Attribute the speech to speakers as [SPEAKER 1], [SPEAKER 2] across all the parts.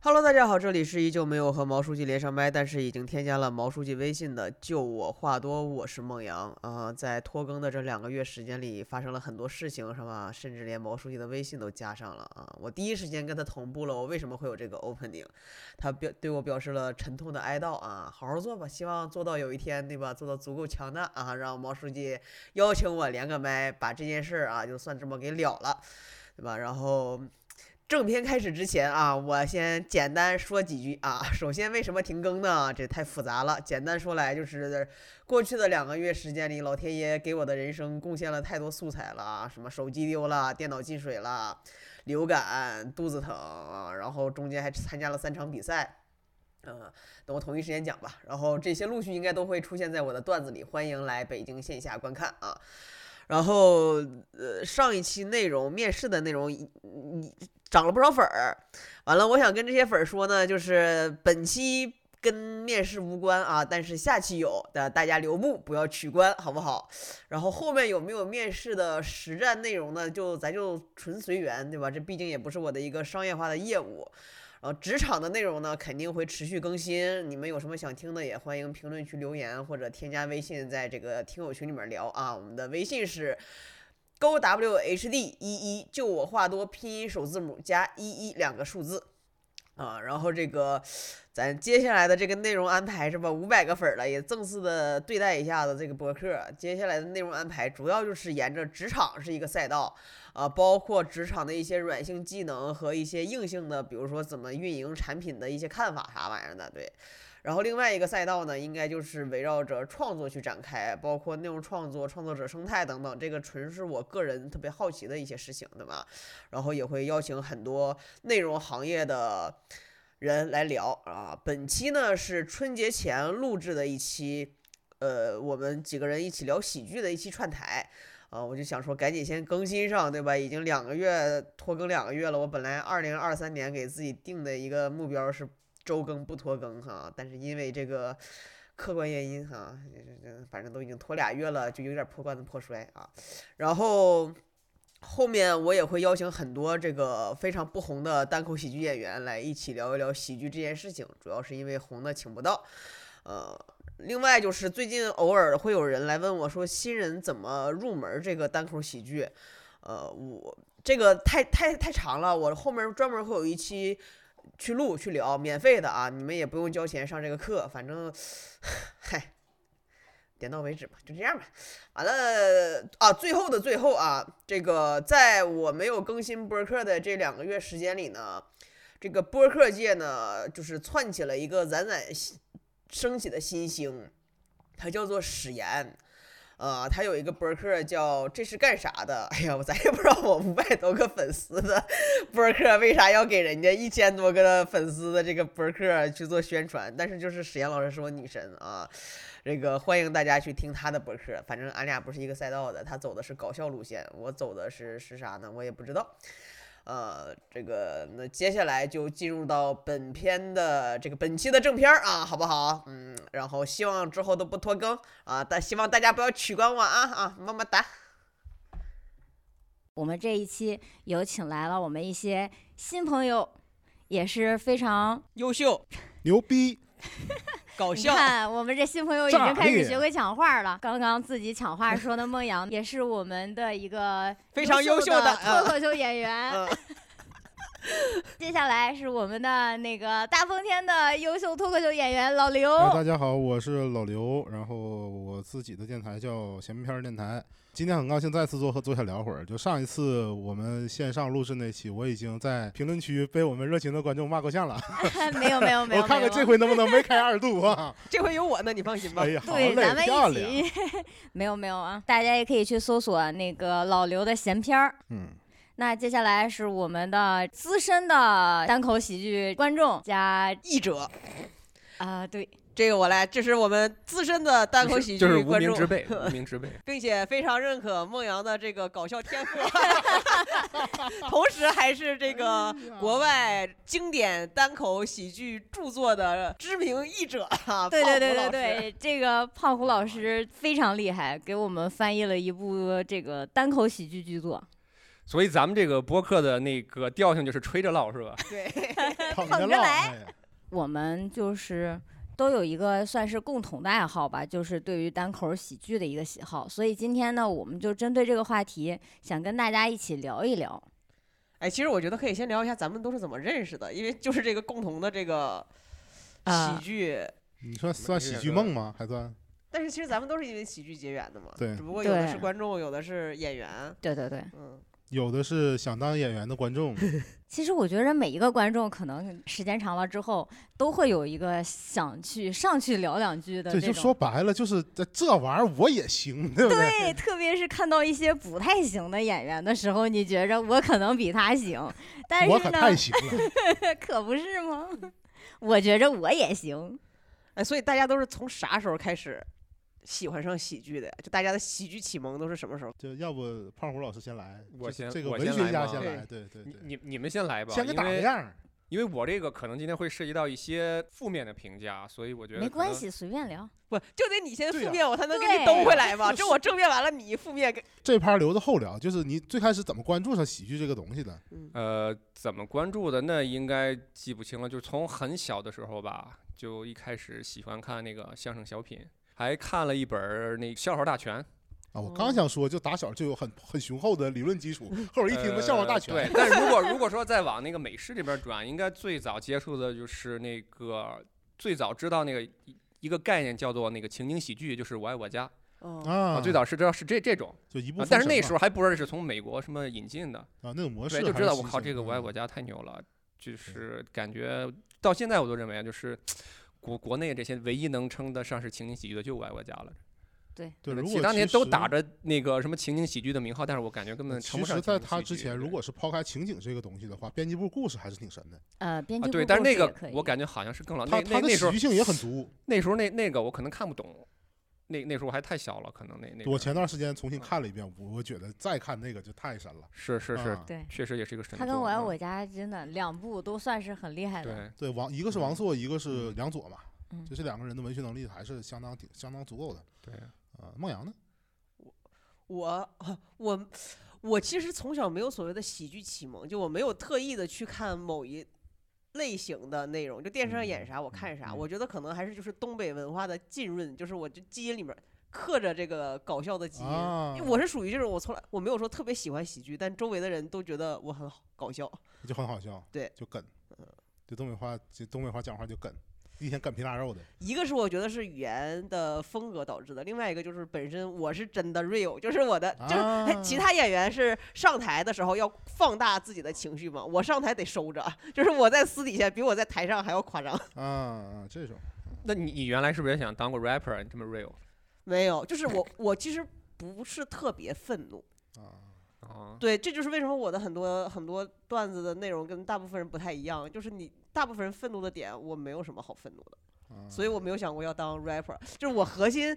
[SPEAKER 1] Hello，大家好，这里是依旧没有和毛书记连上麦，但是已经添加了毛书记微信的“就我话多”，我是孟阳啊、在拖更的这两个月时间里，发生了很多事情，是吧？甚至连毛书记的微信都加上了啊！我第一时间跟他同步了，我为什么会有这个 opening？他表对我表示了沉痛的哀悼啊！好好做吧，希望做到有一天，对吧？做到足够强大啊，让毛书记邀请我连个麦，把这件事儿啊，就算这么给了了，对吧？然后正片开始之前啊，我先简单说几句啊。 首先，为什么停更呢？这太复杂了。简单说来，就是过去的两个月时间里，老天爷给我的人生贡献了太多素材了啊！什么手机丢了，电脑进水了，流感、肚子疼，啊然后中间还参加了三场比赛。嗯，等我同一时间讲吧。然后这些陆续应该都会出现在我的段子里，欢迎来北京线下观看啊。然后，呃，上一期内容面试的内容，一一涨了不少粉儿。完了，我想跟这些粉儿说呢，就是本期跟面试无关啊，但是下期有的，大家留步，不要取关，好不好？然后后面有没有面试的实战内容呢？就咱就纯随缘，对吧？这毕竟也不是我的一个商业化的业务。然后职场的内容呢，肯定会持续更新。你们有什么想听的，也欢迎评论区留言或者添加微信，在这个听友群里面聊啊。我们的微信是 g w h d 一一，就我话多，拼音首字母加一一两个数字啊。然后这个咱接下来的这个内容安排是吧？五百个粉儿了，也正式的对待一下子这个博客。接下来的内容安排主要就是沿着职场是一个赛道。啊，包括职场的一些软性技能和一些硬性的，比如说怎么运营产品的一些看法啥玩意儿的，对。然后另外一个赛道呢，应该就是围绕着创作去展开，包括内容创作、创作者生态等等，这个纯是我个人特别好奇的一些事情，对吧？然后也会邀请很多内容行业的人来聊啊。本期呢是春节前录制的一期，呃，我们几个人一起聊喜剧的一期串台。啊，我就想说赶紧先更新上，对吧？已经两个月拖更两个月了。我本来二零二三年给自己定的一个目标是周更不拖更哈，但是因为这个客观原因哈，这这反正都已经拖俩月了，就有点破罐子破摔啊。然后后面我也会邀请很多这个非常不红的单口喜剧演员来一起聊一聊喜剧这件事情，主要是因为红的请不到，呃，另外就是最近偶尔会有人来问我说，新人怎么入门这个单口喜剧？呃，我这个太太太长了，我后面专门会有一期去录去聊，免费的啊，你们也不用交钱上这个课，反正， 嗨，点到为止吧，就这样吧。完了啊，最后的最后啊，这个在我没有更新播客的这两个月时间里呢，这个播客界呢，就是窜起了一个冉冉升起的新星，他叫做史岩。呃，他有一个博客叫“这是干啥的”。哎呀，我咱也不知道我五百多个粉丝的博客为啥要给人家一千多个粉丝的这个博客去做宣传，但是就是史岩老师是我女神啊，这个欢迎大家去听他的博客。反正俺俩不是一个赛道的，他走的是搞笑路线，我走的是是啥呢？我也不知道。呃，这个那接下来就进入到本片的这个本期的正片儿啊，好不好？嗯，然后希望之后都不拖更啊，但希望大家不要取关我啊啊，么么哒。
[SPEAKER 2] 我们这一期有请来了我们一些新朋友，也是非常
[SPEAKER 1] 优秀，
[SPEAKER 3] 牛逼！
[SPEAKER 1] 搞
[SPEAKER 2] 你看，我们这新朋友已
[SPEAKER 3] 炸
[SPEAKER 2] 经开始
[SPEAKER 3] 裂
[SPEAKER 2] 学会抢话了。刚刚自己抢话说的孟阳，也是我们的一个
[SPEAKER 1] 非常优秀 的
[SPEAKER 2] 的脱
[SPEAKER 4] 哎
[SPEAKER 1] 嗯
[SPEAKER 2] 口秀演员。
[SPEAKER 1] 嗯，
[SPEAKER 2] 接下来是我们的那个大风天的优秀脱口秀演员老刘。
[SPEAKER 3] 呃大家好，我是老刘，然后我自己的电台叫闲篇儿电台。今天很高兴再次坐和坐下聊会儿。就上一次我们线上录制那期，我已经在评论区被我们热情的观众骂够呛了。
[SPEAKER 2] 没有没有没有，
[SPEAKER 3] 我看
[SPEAKER 2] 没
[SPEAKER 3] 看
[SPEAKER 2] 有
[SPEAKER 3] 这回能不能没开二度啊！
[SPEAKER 1] 这回有我呢，你放心吧
[SPEAKER 3] 哎。呀，好
[SPEAKER 2] 对，
[SPEAKER 3] 嘞
[SPEAKER 2] 咱，们
[SPEAKER 3] 漂
[SPEAKER 2] 一
[SPEAKER 3] 亮！
[SPEAKER 2] 起。 没有没有啊，大家也可以去搜索那个老刘的闲篇儿。
[SPEAKER 3] 嗯，
[SPEAKER 2] 那接下来是我们的资深的单口喜剧观众加
[SPEAKER 1] 译者，
[SPEAKER 2] 啊、对，
[SPEAKER 1] 这个我来，这是我们资深的单口喜剧
[SPEAKER 5] 就是无
[SPEAKER 1] 观
[SPEAKER 5] 名
[SPEAKER 1] 众
[SPEAKER 5] 之，辈，无名之辈。
[SPEAKER 1] 并且非常认可孟阳的这个搞笑天赋， 同时还是这个
[SPEAKER 2] 哎
[SPEAKER 1] 国外经典单口喜剧著作的知名译者啊，
[SPEAKER 2] 对对对
[SPEAKER 1] 胖
[SPEAKER 2] 对
[SPEAKER 1] 虎老师，
[SPEAKER 2] 对，这个胖虎老师非常厉害，给我们翻译了一部这个单口喜剧巨作。
[SPEAKER 5] 所以咱们这个播客的那个调性就是吹着唠是吧？
[SPEAKER 1] 对，
[SPEAKER 3] 捧
[SPEAKER 2] 捧
[SPEAKER 3] 着
[SPEAKER 2] 着
[SPEAKER 3] 唠，
[SPEAKER 2] 来
[SPEAKER 3] 哎
[SPEAKER 4] 我们就是都有一个算是共同的爱好吧，就是对于单口喜剧的一个喜好。所以今天呢，我们就针对这个话题，想跟大家一起聊一聊。
[SPEAKER 1] 哎，其实我觉得可以先聊一下咱们都是怎么认识的，因为就是这个共同的这个喜
[SPEAKER 4] 啊
[SPEAKER 1] 剧，
[SPEAKER 3] 你说算喜剧梦吗？还算
[SPEAKER 1] 但是其实咱们都是因为喜剧结缘的嘛。
[SPEAKER 3] 对
[SPEAKER 1] 只不过有的是
[SPEAKER 4] 对
[SPEAKER 1] 观众，有的是演员。
[SPEAKER 4] 对对对，
[SPEAKER 1] 嗯，
[SPEAKER 3] 有的是想当演员的观众，
[SPEAKER 4] 其实我觉得每一个观众可能时间长了之后，都会有一个想去上去聊两句的
[SPEAKER 3] 对，
[SPEAKER 4] 这
[SPEAKER 3] 就说
[SPEAKER 4] 种。
[SPEAKER 3] 白了就是这这玩意儿我也行，对不对？
[SPEAKER 4] 对，特别是看到一些不太行的演员的时候，你觉着我可能比他行，但
[SPEAKER 3] 我
[SPEAKER 4] 是
[SPEAKER 3] 可
[SPEAKER 4] 呢，
[SPEAKER 3] 太行了，
[SPEAKER 4] 可不是吗？ 我觉着我也行。
[SPEAKER 1] 哎，所以大家都是从啥时候开始喜欢上喜剧的呀？就大家的喜剧启蒙都是什么时候？
[SPEAKER 3] 就要不胖虎老师先来，
[SPEAKER 5] 我
[SPEAKER 3] 就
[SPEAKER 5] 先
[SPEAKER 3] 这个
[SPEAKER 5] 我
[SPEAKER 3] 文
[SPEAKER 5] 先
[SPEAKER 3] 学
[SPEAKER 5] 来
[SPEAKER 3] 家先
[SPEAKER 5] 吗
[SPEAKER 1] 对
[SPEAKER 3] 来，对对
[SPEAKER 5] 你
[SPEAKER 3] 对，
[SPEAKER 5] 你你们先来吧，
[SPEAKER 3] 先给
[SPEAKER 5] 因
[SPEAKER 3] 打个
[SPEAKER 5] 为
[SPEAKER 3] 样儿，
[SPEAKER 5] 因为我这个可能今天会涉及到一些负面的评价，所以我觉得
[SPEAKER 4] 没
[SPEAKER 5] 可
[SPEAKER 4] 关
[SPEAKER 5] 能。
[SPEAKER 4] 系，随便聊。
[SPEAKER 1] 不就得你先
[SPEAKER 3] 对呀
[SPEAKER 1] 负面，我才能给你兜回来吧？这我正面完了，你负面给。
[SPEAKER 3] 这盘留着后聊，就是你最开始怎么关注上喜剧这个东西的？
[SPEAKER 5] 呃，怎么关注的？那应该记不清了，就是从很小的时候吧，就一开始喜欢看那个相声小品，还看了一本儿那《笑话大全》。
[SPEAKER 3] 啊，我
[SPEAKER 5] 哦
[SPEAKER 3] 刚想说，就打小就有很很雄厚的理论基础，后边一听《
[SPEAKER 5] 呃
[SPEAKER 3] 笑话大全》
[SPEAKER 5] 对，但如果如果说再往那个美式这边转，应该最早接触的就是那个最早知道那个一一个概念叫做那个情景喜剧，就是《我爱我家》
[SPEAKER 1] 哦，
[SPEAKER 3] 啊，
[SPEAKER 5] 最早是知道是这这种，
[SPEAKER 3] 就一部
[SPEAKER 5] 啊
[SPEAKER 3] 分神嘛，
[SPEAKER 5] 但是那时候还不知道是从美国什么引进的，
[SPEAKER 3] 啊，那种模式
[SPEAKER 5] 对，就
[SPEAKER 3] 还
[SPEAKER 5] 知
[SPEAKER 3] 是嗯
[SPEAKER 5] 道我
[SPEAKER 3] 新
[SPEAKER 5] 靠，
[SPEAKER 3] 鲜
[SPEAKER 5] 这个
[SPEAKER 3] 的啊
[SPEAKER 5] 我爱我家太牛了，就是感觉到现在我都认为啊，就是国国内这些唯一能称得上是情景喜剧的就我爱我家了。
[SPEAKER 3] 对，
[SPEAKER 5] 可能
[SPEAKER 3] 如
[SPEAKER 5] 其
[SPEAKER 3] 果
[SPEAKER 5] 他那些
[SPEAKER 3] 其
[SPEAKER 5] 都
[SPEAKER 3] 实呃
[SPEAKER 5] 打着那个什么情景喜剧的名号，但是我感觉根本称
[SPEAKER 3] 其
[SPEAKER 5] 不上
[SPEAKER 3] 实，
[SPEAKER 5] 情景喜剧。
[SPEAKER 3] 在他之前，
[SPEAKER 5] 对
[SPEAKER 3] 如果是抛开情景这个东西的话，编辑部故事还是挺神的。
[SPEAKER 4] 呃，编
[SPEAKER 5] 啊
[SPEAKER 4] 辑部
[SPEAKER 5] 对，但是
[SPEAKER 4] 故事也
[SPEAKER 5] 那个
[SPEAKER 4] 可以
[SPEAKER 5] 我感觉好像是更老，
[SPEAKER 3] 他
[SPEAKER 5] 那
[SPEAKER 3] 他
[SPEAKER 5] 那
[SPEAKER 3] 的
[SPEAKER 5] 那时
[SPEAKER 3] 喜
[SPEAKER 5] 候
[SPEAKER 3] 剧性也很足。
[SPEAKER 5] 那时候那那个我可能看不懂，那那时候我还太小了，可能那那
[SPEAKER 3] 我
[SPEAKER 5] 个
[SPEAKER 3] 前段时间重新看了一遍，我我觉得再看那个就太神了。
[SPEAKER 5] 是是是
[SPEAKER 3] 啊，
[SPEAKER 4] 对，
[SPEAKER 5] 确实也是一个神
[SPEAKER 4] 他跟
[SPEAKER 5] 作
[SPEAKER 4] 我爱
[SPEAKER 5] 嗯
[SPEAKER 4] 我家真的两部都算是很厉害的。
[SPEAKER 5] 对
[SPEAKER 3] 对王，一个是
[SPEAKER 1] 嗯
[SPEAKER 3] 王朔，一个是梁左嘛，
[SPEAKER 4] 嗯
[SPEAKER 3] 就这两个人的文学能力还是相当挺相当足够的。
[SPEAKER 5] 对，
[SPEAKER 3] 啊，孟阳呢？
[SPEAKER 1] 我我我其实从小没有所谓的喜剧启蒙，就我没有特意的去看某一类型的内容，就电视上演啥我看啥。
[SPEAKER 3] 嗯
[SPEAKER 1] 我觉得可能还是就是东北文化的浸润，就是我这基因里面刻着这个搞笑的基因。
[SPEAKER 3] 啊
[SPEAKER 1] 因为我是属于这种，我从来我没有说特别喜欢喜剧，但周围的人都觉得我很好搞笑。
[SPEAKER 3] 就很好笑，
[SPEAKER 1] 对嗯
[SPEAKER 3] 就梗，就东北话，就东北话讲话就梗，一天梗皮大肉的。
[SPEAKER 1] 一个是我觉得是语言的风格导致的，另外一个就是本身我是真的 real，就是我的、就是哎
[SPEAKER 3] 啊
[SPEAKER 1] 其他演员是上台的时候要放大自己的情绪嘛，我上台得收着，就是我在私底下比我在台上还要夸张。
[SPEAKER 3] 啊啊，这种
[SPEAKER 5] 那你你原来是不是也想当过 rapper？啊你这么 real
[SPEAKER 1] 没有，就是我我其实不是特别愤怒，
[SPEAKER 3] 啊，
[SPEAKER 5] 啊？
[SPEAKER 1] 对，这就是为什么我的很多很多段子的内容跟大部分人不太一样，就是你大部分人愤怒的点，我没有什么好愤怒的。
[SPEAKER 3] 啊
[SPEAKER 1] 所以我没有想过要当 rapper。就是我核心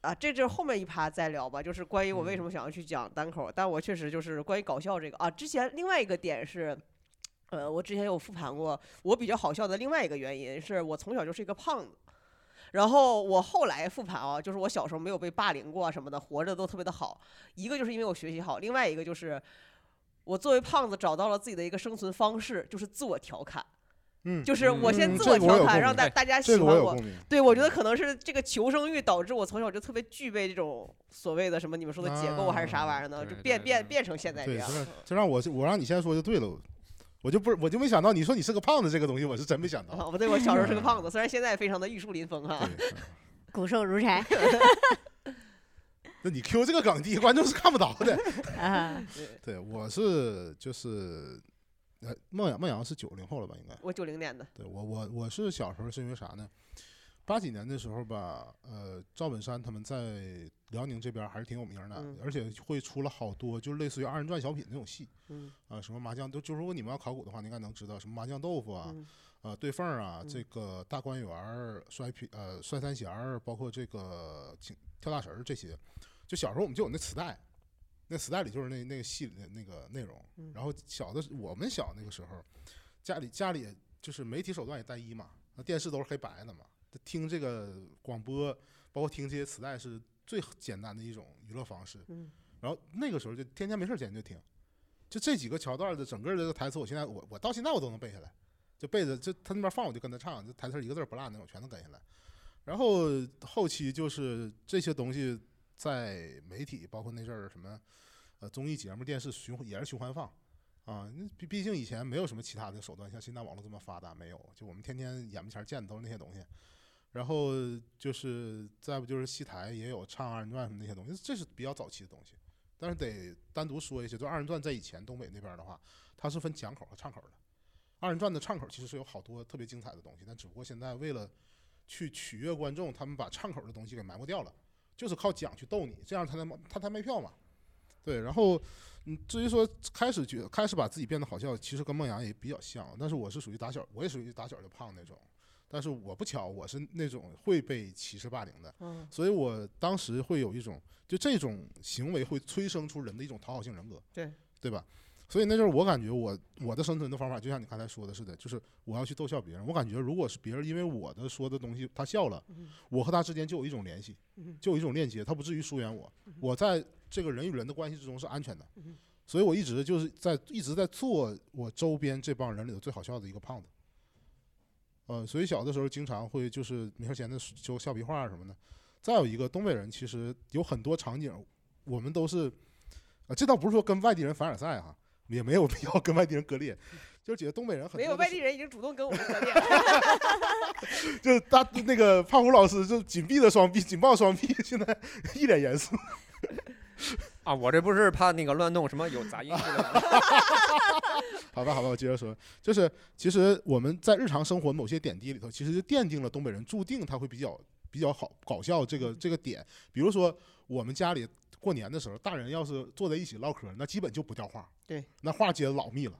[SPEAKER 1] 啊，这就是后面一趴再聊吧，就是关于我
[SPEAKER 3] 嗯
[SPEAKER 1] 为什么想要去讲单口。但我确实就是关于搞笑这个啊，之前另外一个点是。呃，我之前有复盘过，我比较好笑的另外一个原因是我从小就是一个胖子，然后我后来复盘啊，就是我小时候没有被霸凌过啊什么的，活着都特别的好。一个就是因为我学习好，另外一个就是我作为胖子找到了自己的一个生存方式，就是自我调侃，
[SPEAKER 3] 嗯，
[SPEAKER 1] 就是我先
[SPEAKER 3] 嗯
[SPEAKER 1] 自
[SPEAKER 3] 这
[SPEAKER 1] 我
[SPEAKER 3] 个我
[SPEAKER 1] 调
[SPEAKER 3] 有
[SPEAKER 1] 侃，
[SPEAKER 3] 共
[SPEAKER 1] 让
[SPEAKER 5] 鸣
[SPEAKER 1] 大
[SPEAKER 5] 哎
[SPEAKER 1] 大家喜
[SPEAKER 3] 这个
[SPEAKER 1] 欢
[SPEAKER 3] 我有
[SPEAKER 1] 我。
[SPEAKER 3] 共鸣。嗯
[SPEAKER 1] 对，我觉得可能是这个求生欲导致我从小就特别具备这种所谓的什么你们说的解构还是啥玩意儿呢，
[SPEAKER 5] 啊
[SPEAKER 1] 就
[SPEAKER 5] 对
[SPEAKER 1] 变
[SPEAKER 5] 对
[SPEAKER 1] 变
[SPEAKER 5] 对
[SPEAKER 1] 变成现在这
[SPEAKER 3] 对，
[SPEAKER 1] 样
[SPEAKER 3] 这。让这让我我让你先说就对了，我就不是我就没想到你说你是个胖子这个东西，我是真没想到。
[SPEAKER 1] 啊，不对，我小时候是个胖子，虽然现在非常的玉树临风哈。
[SPEAKER 3] 对，嗯
[SPEAKER 4] 骨瘦如柴
[SPEAKER 3] 那你 Q 这个梗，第一观众是看不着 的。
[SPEAKER 4] 啊！
[SPEAKER 3] 对，我是就是，呃，孟阳孟阳是九零后了吧？应该。
[SPEAKER 1] 我九零年的，
[SPEAKER 3] 对我我我是小时候是因为啥呢？八几年的时候吧，呃，赵本山他们在辽宁这边还是挺有名的，
[SPEAKER 1] 嗯
[SPEAKER 3] 而且会出了好多就类似于二人转小品那种戏
[SPEAKER 1] 嗯
[SPEAKER 3] 啊、什么麻将都就如果你们要考古的话，你应该能知道什么麻将豆腐啊，
[SPEAKER 1] 嗯
[SPEAKER 3] 呃，对缝儿啊，
[SPEAKER 1] 嗯
[SPEAKER 3] 这个大观园儿、摔皮呃、摔三弦儿，包括这个请跳大神儿这些，就小时候我们就有那磁带，那磁带里就是那那个戏里的那个内容。
[SPEAKER 1] 嗯
[SPEAKER 3] 然后小的时我们小那个时候，家里家里就是媒体手段也单一嘛，那电视都是黑白的嘛，就听这个广播，包括听这些磁带是最简单的一种娱乐方式。
[SPEAKER 1] 嗯
[SPEAKER 3] 然后那个时候就天天没事儿闲就听，就这几个桥段的整个的台词，我现在我我到现在我都能背下来，就背着就他那边放我就跟着唱，就台词一个字儿不落那我全能跟下来。然后后期就是这些东西在媒体，包括那阵儿什么呃综艺节目、电视循环也是循环放啊。那毕毕竟以前没有什么其他的手段，像现在网络这么发达，没有，就我们天天眼巴前儿见的都是那些东西。然后就是再不就是戏台也有唱二人转什么那些东西，这是比较早期的东西。但是得单独说一下，就二人转在以前东北那边的话，它是分讲口和唱口的。二人转的唱口其实是有好多特别精彩的东西，但只不过现在为了去取悦观众，他们把唱口的东西给埋没掉了，就是靠讲去逗你，这样他才他才卖票嘛。对，然后嗯，至于说开始觉开始把自己变得好笑，其实跟孟阳也比较像，但是我是属于打小我也属于打小就胖那种，但是我不巧我是那种会被歧视霸凌的，
[SPEAKER 1] 嗯，
[SPEAKER 3] 所以我当时会有一种，就这种行为会催生出人的一种讨好性人格，
[SPEAKER 1] 对
[SPEAKER 3] 对吧？所以那就是我感觉我我的生存的方法，就像你刚才说的似的，就是我要去逗笑别人。我感觉如果是别人因为我的说的东西他笑了，
[SPEAKER 1] 嗯
[SPEAKER 3] 我和他之间就有一种联系，
[SPEAKER 1] 嗯
[SPEAKER 3] 就有一种链接，他不至于疏远我。我在这个人与人的关系之中是安全的
[SPEAKER 1] 嗯，
[SPEAKER 3] 所以我一直就是在一直在做我周边这帮人里头最好笑的一个胖子。呃，所以小的时候经常会就是没事闲的就笑皮话儿什么的。再有一个，东北人其实有很多场景，我们都是，啊，这倒不是说跟外地人凡尔赛哈、也没有必要跟外地人割裂，就是觉得东北人很
[SPEAKER 1] 嗯没有
[SPEAKER 3] 多
[SPEAKER 1] 外
[SPEAKER 3] 的
[SPEAKER 1] 地
[SPEAKER 3] 时
[SPEAKER 1] 人已经主动跟我 们聊天，
[SPEAKER 3] 候，就是大那个胖虎老师就紧闭的双臂，紧抱双臂，现在一脸严肃。
[SPEAKER 5] 啊，我这不是怕那个乱弄什么有杂音之类 的吗。
[SPEAKER 3] 好吧，好吧，我接着说，就是其实我们在日常生活某些点滴里头，其实就奠定了东北人注定他会比较比较好搞笑这个这个点。比如说我们家里过年的时候，大人要是坐在一起唠嗑，那基本就不掉话，
[SPEAKER 1] 对，
[SPEAKER 3] 那话接的老密了。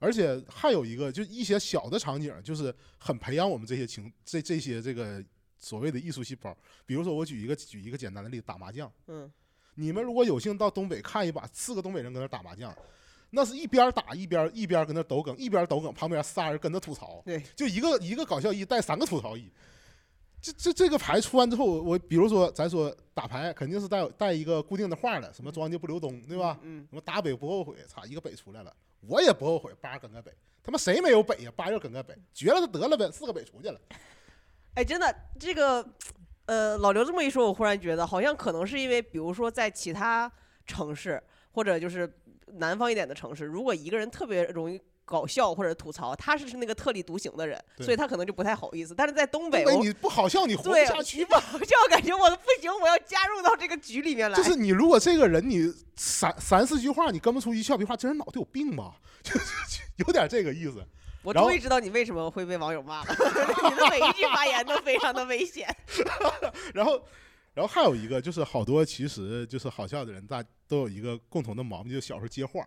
[SPEAKER 3] 而且还有一个，就一些小的场景，就是很培养我们这些情这这些这个所谓的艺术细胞。比如说，我举一个举一个简单的例子，打麻将。
[SPEAKER 1] 嗯，
[SPEAKER 3] 你们如果有幸到东北看一把，四个东北人搁那打麻将，那是一边打一边一边搁那抖梗，一边抖梗，旁边仨人跟着吐槽，
[SPEAKER 1] 对，
[SPEAKER 3] 就一个一个搞笑一带三个吐槽一。这这这个牌出完之后，我比如说咱说打牌肯定是带有带一个固定的话的，什么庄家不留东，对吧？
[SPEAKER 1] 嗯，
[SPEAKER 3] 什么打北不后悔，操，一个北出来了，我也不后悔，八跟个北，他妈谁没有北呀？八又跟个北，绝了他得了呗，四个北出去了。
[SPEAKER 1] 哎，真的，这个，呃，老刘这么一说，我忽然觉得，好像可能是因为，比如说在其他城市，或者就是南方一点的城市，如果一个人特别容易搞笑或者吐槽，他是那个特立独行的人，
[SPEAKER 3] 对
[SPEAKER 1] 所以他可能就不太好意思。但是在东
[SPEAKER 3] 东
[SPEAKER 1] 北，
[SPEAKER 3] 北
[SPEAKER 1] 我
[SPEAKER 3] 你不好笑，你活不
[SPEAKER 1] 对
[SPEAKER 3] 下去吧？
[SPEAKER 1] 就要感觉我不行，我要加入到这个局里面来。
[SPEAKER 3] 就是你如果这个人你三三四句话你跟不出一俏皮话，这人脑袋有病吧？就 就有点这个意思。
[SPEAKER 1] 我
[SPEAKER 3] 然后
[SPEAKER 1] 终于知道你为什么会被网友骂了， 你的每一句发言都非常的危险。
[SPEAKER 3] 然后，然后还有一个就是好多其实就是好笑的人，大都有一个共同的毛病，就是小时候接话，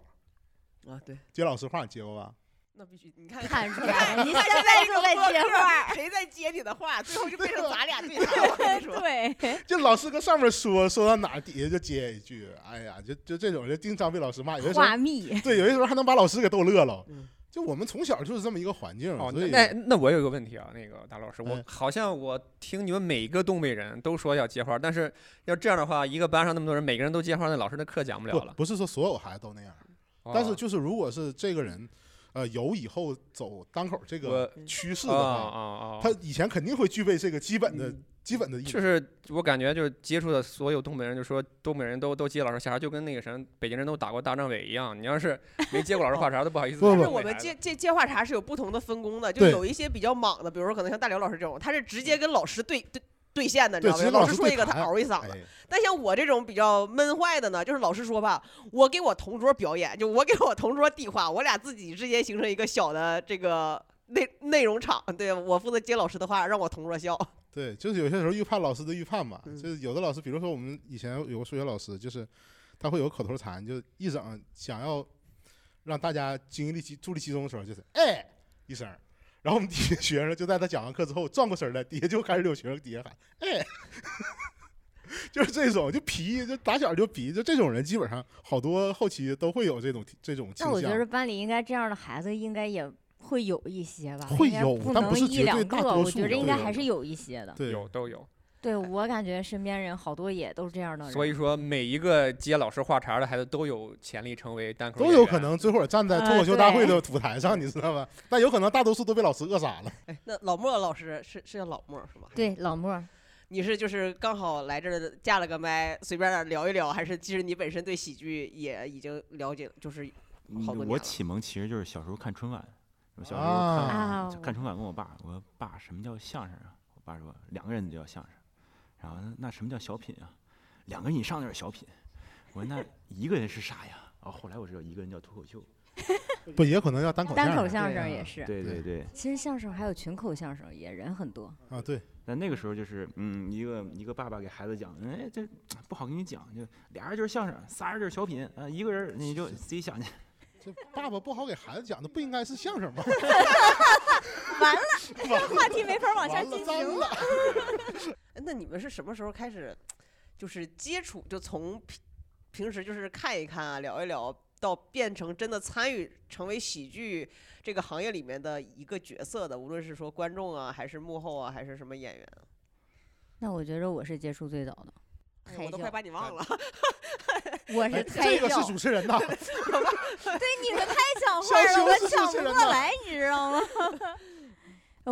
[SPEAKER 1] 啊，对，
[SPEAKER 3] 接老师话你接过吧？
[SPEAKER 1] 那必须，你看看。
[SPEAKER 4] 看出来 了，你现
[SPEAKER 1] 看这
[SPEAKER 4] 在就
[SPEAKER 1] 种
[SPEAKER 4] 在
[SPEAKER 1] 播
[SPEAKER 4] 接
[SPEAKER 1] 客
[SPEAKER 4] 话，
[SPEAKER 1] 谁在接你的话，最后就变成咱俩对谈。我跟你 说，
[SPEAKER 4] 对，
[SPEAKER 3] 就老师跟上面说说到哪儿，底下就接一句，哎呀，就就这种人经常被老师骂，有的时候
[SPEAKER 4] 话密，
[SPEAKER 3] 对，有的时候还能把老师给逗乐了
[SPEAKER 1] 嗯。
[SPEAKER 3] 就我们从小就是这么一个环境，
[SPEAKER 5] 哦，
[SPEAKER 3] 所
[SPEAKER 5] 那
[SPEAKER 3] 以
[SPEAKER 5] 那那我有一个问题啊，那个大老师，我
[SPEAKER 3] 哎
[SPEAKER 5] 好像我听你们每个东北人都说要接话，但是要这样的话，一个班上那么多人，每个人都接话，那老师的课讲不了
[SPEAKER 3] 不
[SPEAKER 5] 了。
[SPEAKER 3] 不是说所有孩子都那样，
[SPEAKER 5] 哦
[SPEAKER 3] 但是就是如果是这个人，呃，有以后走单口这个
[SPEAKER 1] 我
[SPEAKER 3] 趋势
[SPEAKER 5] 啊
[SPEAKER 3] 的话，
[SPEAKER 5] 啊啊！
[SPEAKER 3] 他以前肯定会具备这个基本的、
[SPEAKER 1] 嗯
[SPEAKER 3] 基本的意识。
[SPEAKER 5] 就是我感觉就是接触的所有东北人，就说东北人都都接老师茬，就跟那个什么北京人都打过大张伟一样。你要是没接过老师话茬，都不好意思
[SPEAKER 3] 不
[SPEAKER 5] 说
[SPEAKER 3] 不
[SPEAKER 5] 东
[SPEAKER 1] 但
[SPEAKER 5] 北
[SPEAKER 1] 是
[SPEAKER 5] 孩子。
[SPEAKER 1] 我们接接接话茬是有不同的分工的，就
[SPEAKER 3] 对
[SPEAKER 1] 有一些比较莽的，比如说可能像大刘老师这种，他是直接跟老师对对对线的，你知
[SPEAKER 3] 对
[SPEAKER 1] 道
[SPEAKER 3] 直
[SPEAKER 1] 吗？
[SPEAKER 3] 接
[SPEAKER 1] 老
[SPEAKER 3] 老
[SPEAKER 1] 师
[SPEAKER 3] 师
[SPEAKER 1] 说一个，他
[SPEAKER 3] 对谈
[SPEAKER 1] 嗷一嗓子。
[SPEAKER 3] 哎，
[SPEAKER 1] 但像我这种比较闷坏的呢，就是老师说吧，我给我同桌表演，就我给我同桌递话，我俩自己之间形成一个小的这个内内容场。对我负责接老师的话，让我同桌笑。
[SPEAKER 3] 对，就是有些时候预判老师的预判嘛，
[SPEAKER 1] 嗯
[SPEAKER 3] 就是有的老师，比如说我们以前有个数学老师，就是他会有口头禅，就一整想要让大家精力集注意力集中的时候，就是哎一声儿，然后我们底下学生就在他讲完课之后转过身来，底下就开始有学生底下喊哎， 就是这种就皮，就打小就皮，就这种人基本上好多后期都会有这种这种倾
[SPEAKER 4] 那我觉
[SPEAKER 3] 向
[SPEAKER 4] 得。班里应该这样的孩子应该也会有一些吧，
[SPEAKER 3] 会
[SPEAKER 4] 应该
[SPEAKER 3] 有
[SPEAKER 4] 不
[SPEAKER 3] 但
[SPEAKER 4] 能
[SPEAKER 3] 不是
[SPEAKER 4] 一
[SPEAKER 3] 绝对
[SPEAKER 4] 两
[SPEAKER 3] 大
[SPEAKER 4] 个，
[SPEAKER 3] 多
[SPEAKER 4] 我
[SPEAKER 3] 数
[SPEAKER 4] 觉得应
[SPEAKER 5] 的
[SPEAKER 4] 该
[SPEAKER 5] 对
[SPEAKER 4] 还是有一些的。
[SPEAKER 3] 对，
[SPEAKER 5] 有都有，
[SPEAKER 4] 对我感觉身边人好多也哦都是这样的人，
[SPEAKER 5] 所以说，每一个接老师话茬儿的孩子都有潜力成为单口
[SPEAKER 3] 都
[SPEAKER 5] 演
[SPEAKER 3] 有
[SPEAKER 5] 员嗯
[SPEAKER 3] 可。能最后站在
[SPEAKER 4] 呃
[SPEAKER 3] 脱口秀大会的舞台上，你知道吧？但有可能大多数都被老师扼杀了。
[SPEAKER 1] 哎，那老莫老师是是叫老莫是吧？
[SPEAKER 4] 对老莫儿，
[SPEAKER 1] 你是就是刚好来这儿架了个麦，随便儿聊一聊，还是其实你本身对喜剧也已经了解，就是
[SPEAKER 6] 嗯
[SPEAKER 1] 好多年
[SPEAKER 6] 我
[SPEAKER 1] 了
[SPEAKER 6] 启蒙其实就是小时候看春晚，我小时候看、
[SPEAKER 3] 啊，
[SPEAKER 6] 看春晚问我爸，我说爸什么叫相声啊？我爸说两个人就叫相声，然后那什么叫小品啊？两个人以上就是小品。我说那一个人是啥呀？哦，后来我知道一个人叫脱口秀。
[SPEAKER 3] 不也可能叫单口
[SPEAKER 4] 单
[SPEAKER 3] 相
[SPEAKER 4] 口
[SPEAKER 3] 声
[SPEAKER 4] 相
[SPEAKER 1] 对
[SPEAKER 4] 声
[SPEAKER 1] 啊
[SPEAKER 4] 也是。
[SPEAKER 6] 对对对，
[SPEAKER 4] 其实相声还有群口相声，也人很 多。
[SPEAKER 3] 啊？ 对，
[SPEAKER 6] 但那个时候就是，嗯，一个一个爸爸给孩子讲，哎，这不好跟你讲，就俩人就是相声，仨人就是小品，啊，一个人你就自己想去。
[SPEAKER 3] 这爸爸不好给孩子讲的不应该是 相声吗？
[SPEAKER 2] 完
[SPEAKER 3] 了， 完了，
[SPEAKER 2] 话题没法往下
[SPEAKER 3] 完
[SPEAKER 2] 进
[SPEAKER 3] 了，
[SPEAKER 2] 行
[SPEAKER 3] 脏
[SPEAKER 2] 了。
[SPEAKER 3] 了。
[SPEAKER 1] 哎那你们是什么时候开始，就是接触，就从平平时就是看一看啊，聊一聊，到变成真的参与，成为喜剧这个行业里面的一个角色的，无论是说观众啊，还是幕后啊，还是什么演员啊，
[SPEAKER 4] 那我觉得我是接触最早的，
[SPEAKER 1] 哎
[SPEAKER 4] 胎
[SPEAKER 1] 我都
[SPEAKER 4] 教
[SPEAKER 1] 快把你忘了。
[SPEAKER 4] 我
[SPEAKER 3] 哎
[SPEAKER 4] 是胎
[SPEAKER 3] 这个
[SPEAKER 4] 教
[SPEAKER 3] 是，主持人 呐，
[SPEAKER 4] 对你们太讲
[SPEAKER 3] 小
[SPEAKER 4] 话了，
[SPEAKER 3] 熊
[SPEAKER 4] 我
[SPEAKER 3] 是主
[SPEAKER 4] 讲
[SPEAKER 3] 持
[SPEAKER 4] 不
[SPEAKER 3] 人
[SPEAKER 4] 过
[SPEAKER 3] 呐
[SPEAKER 4] 来，你知道吗？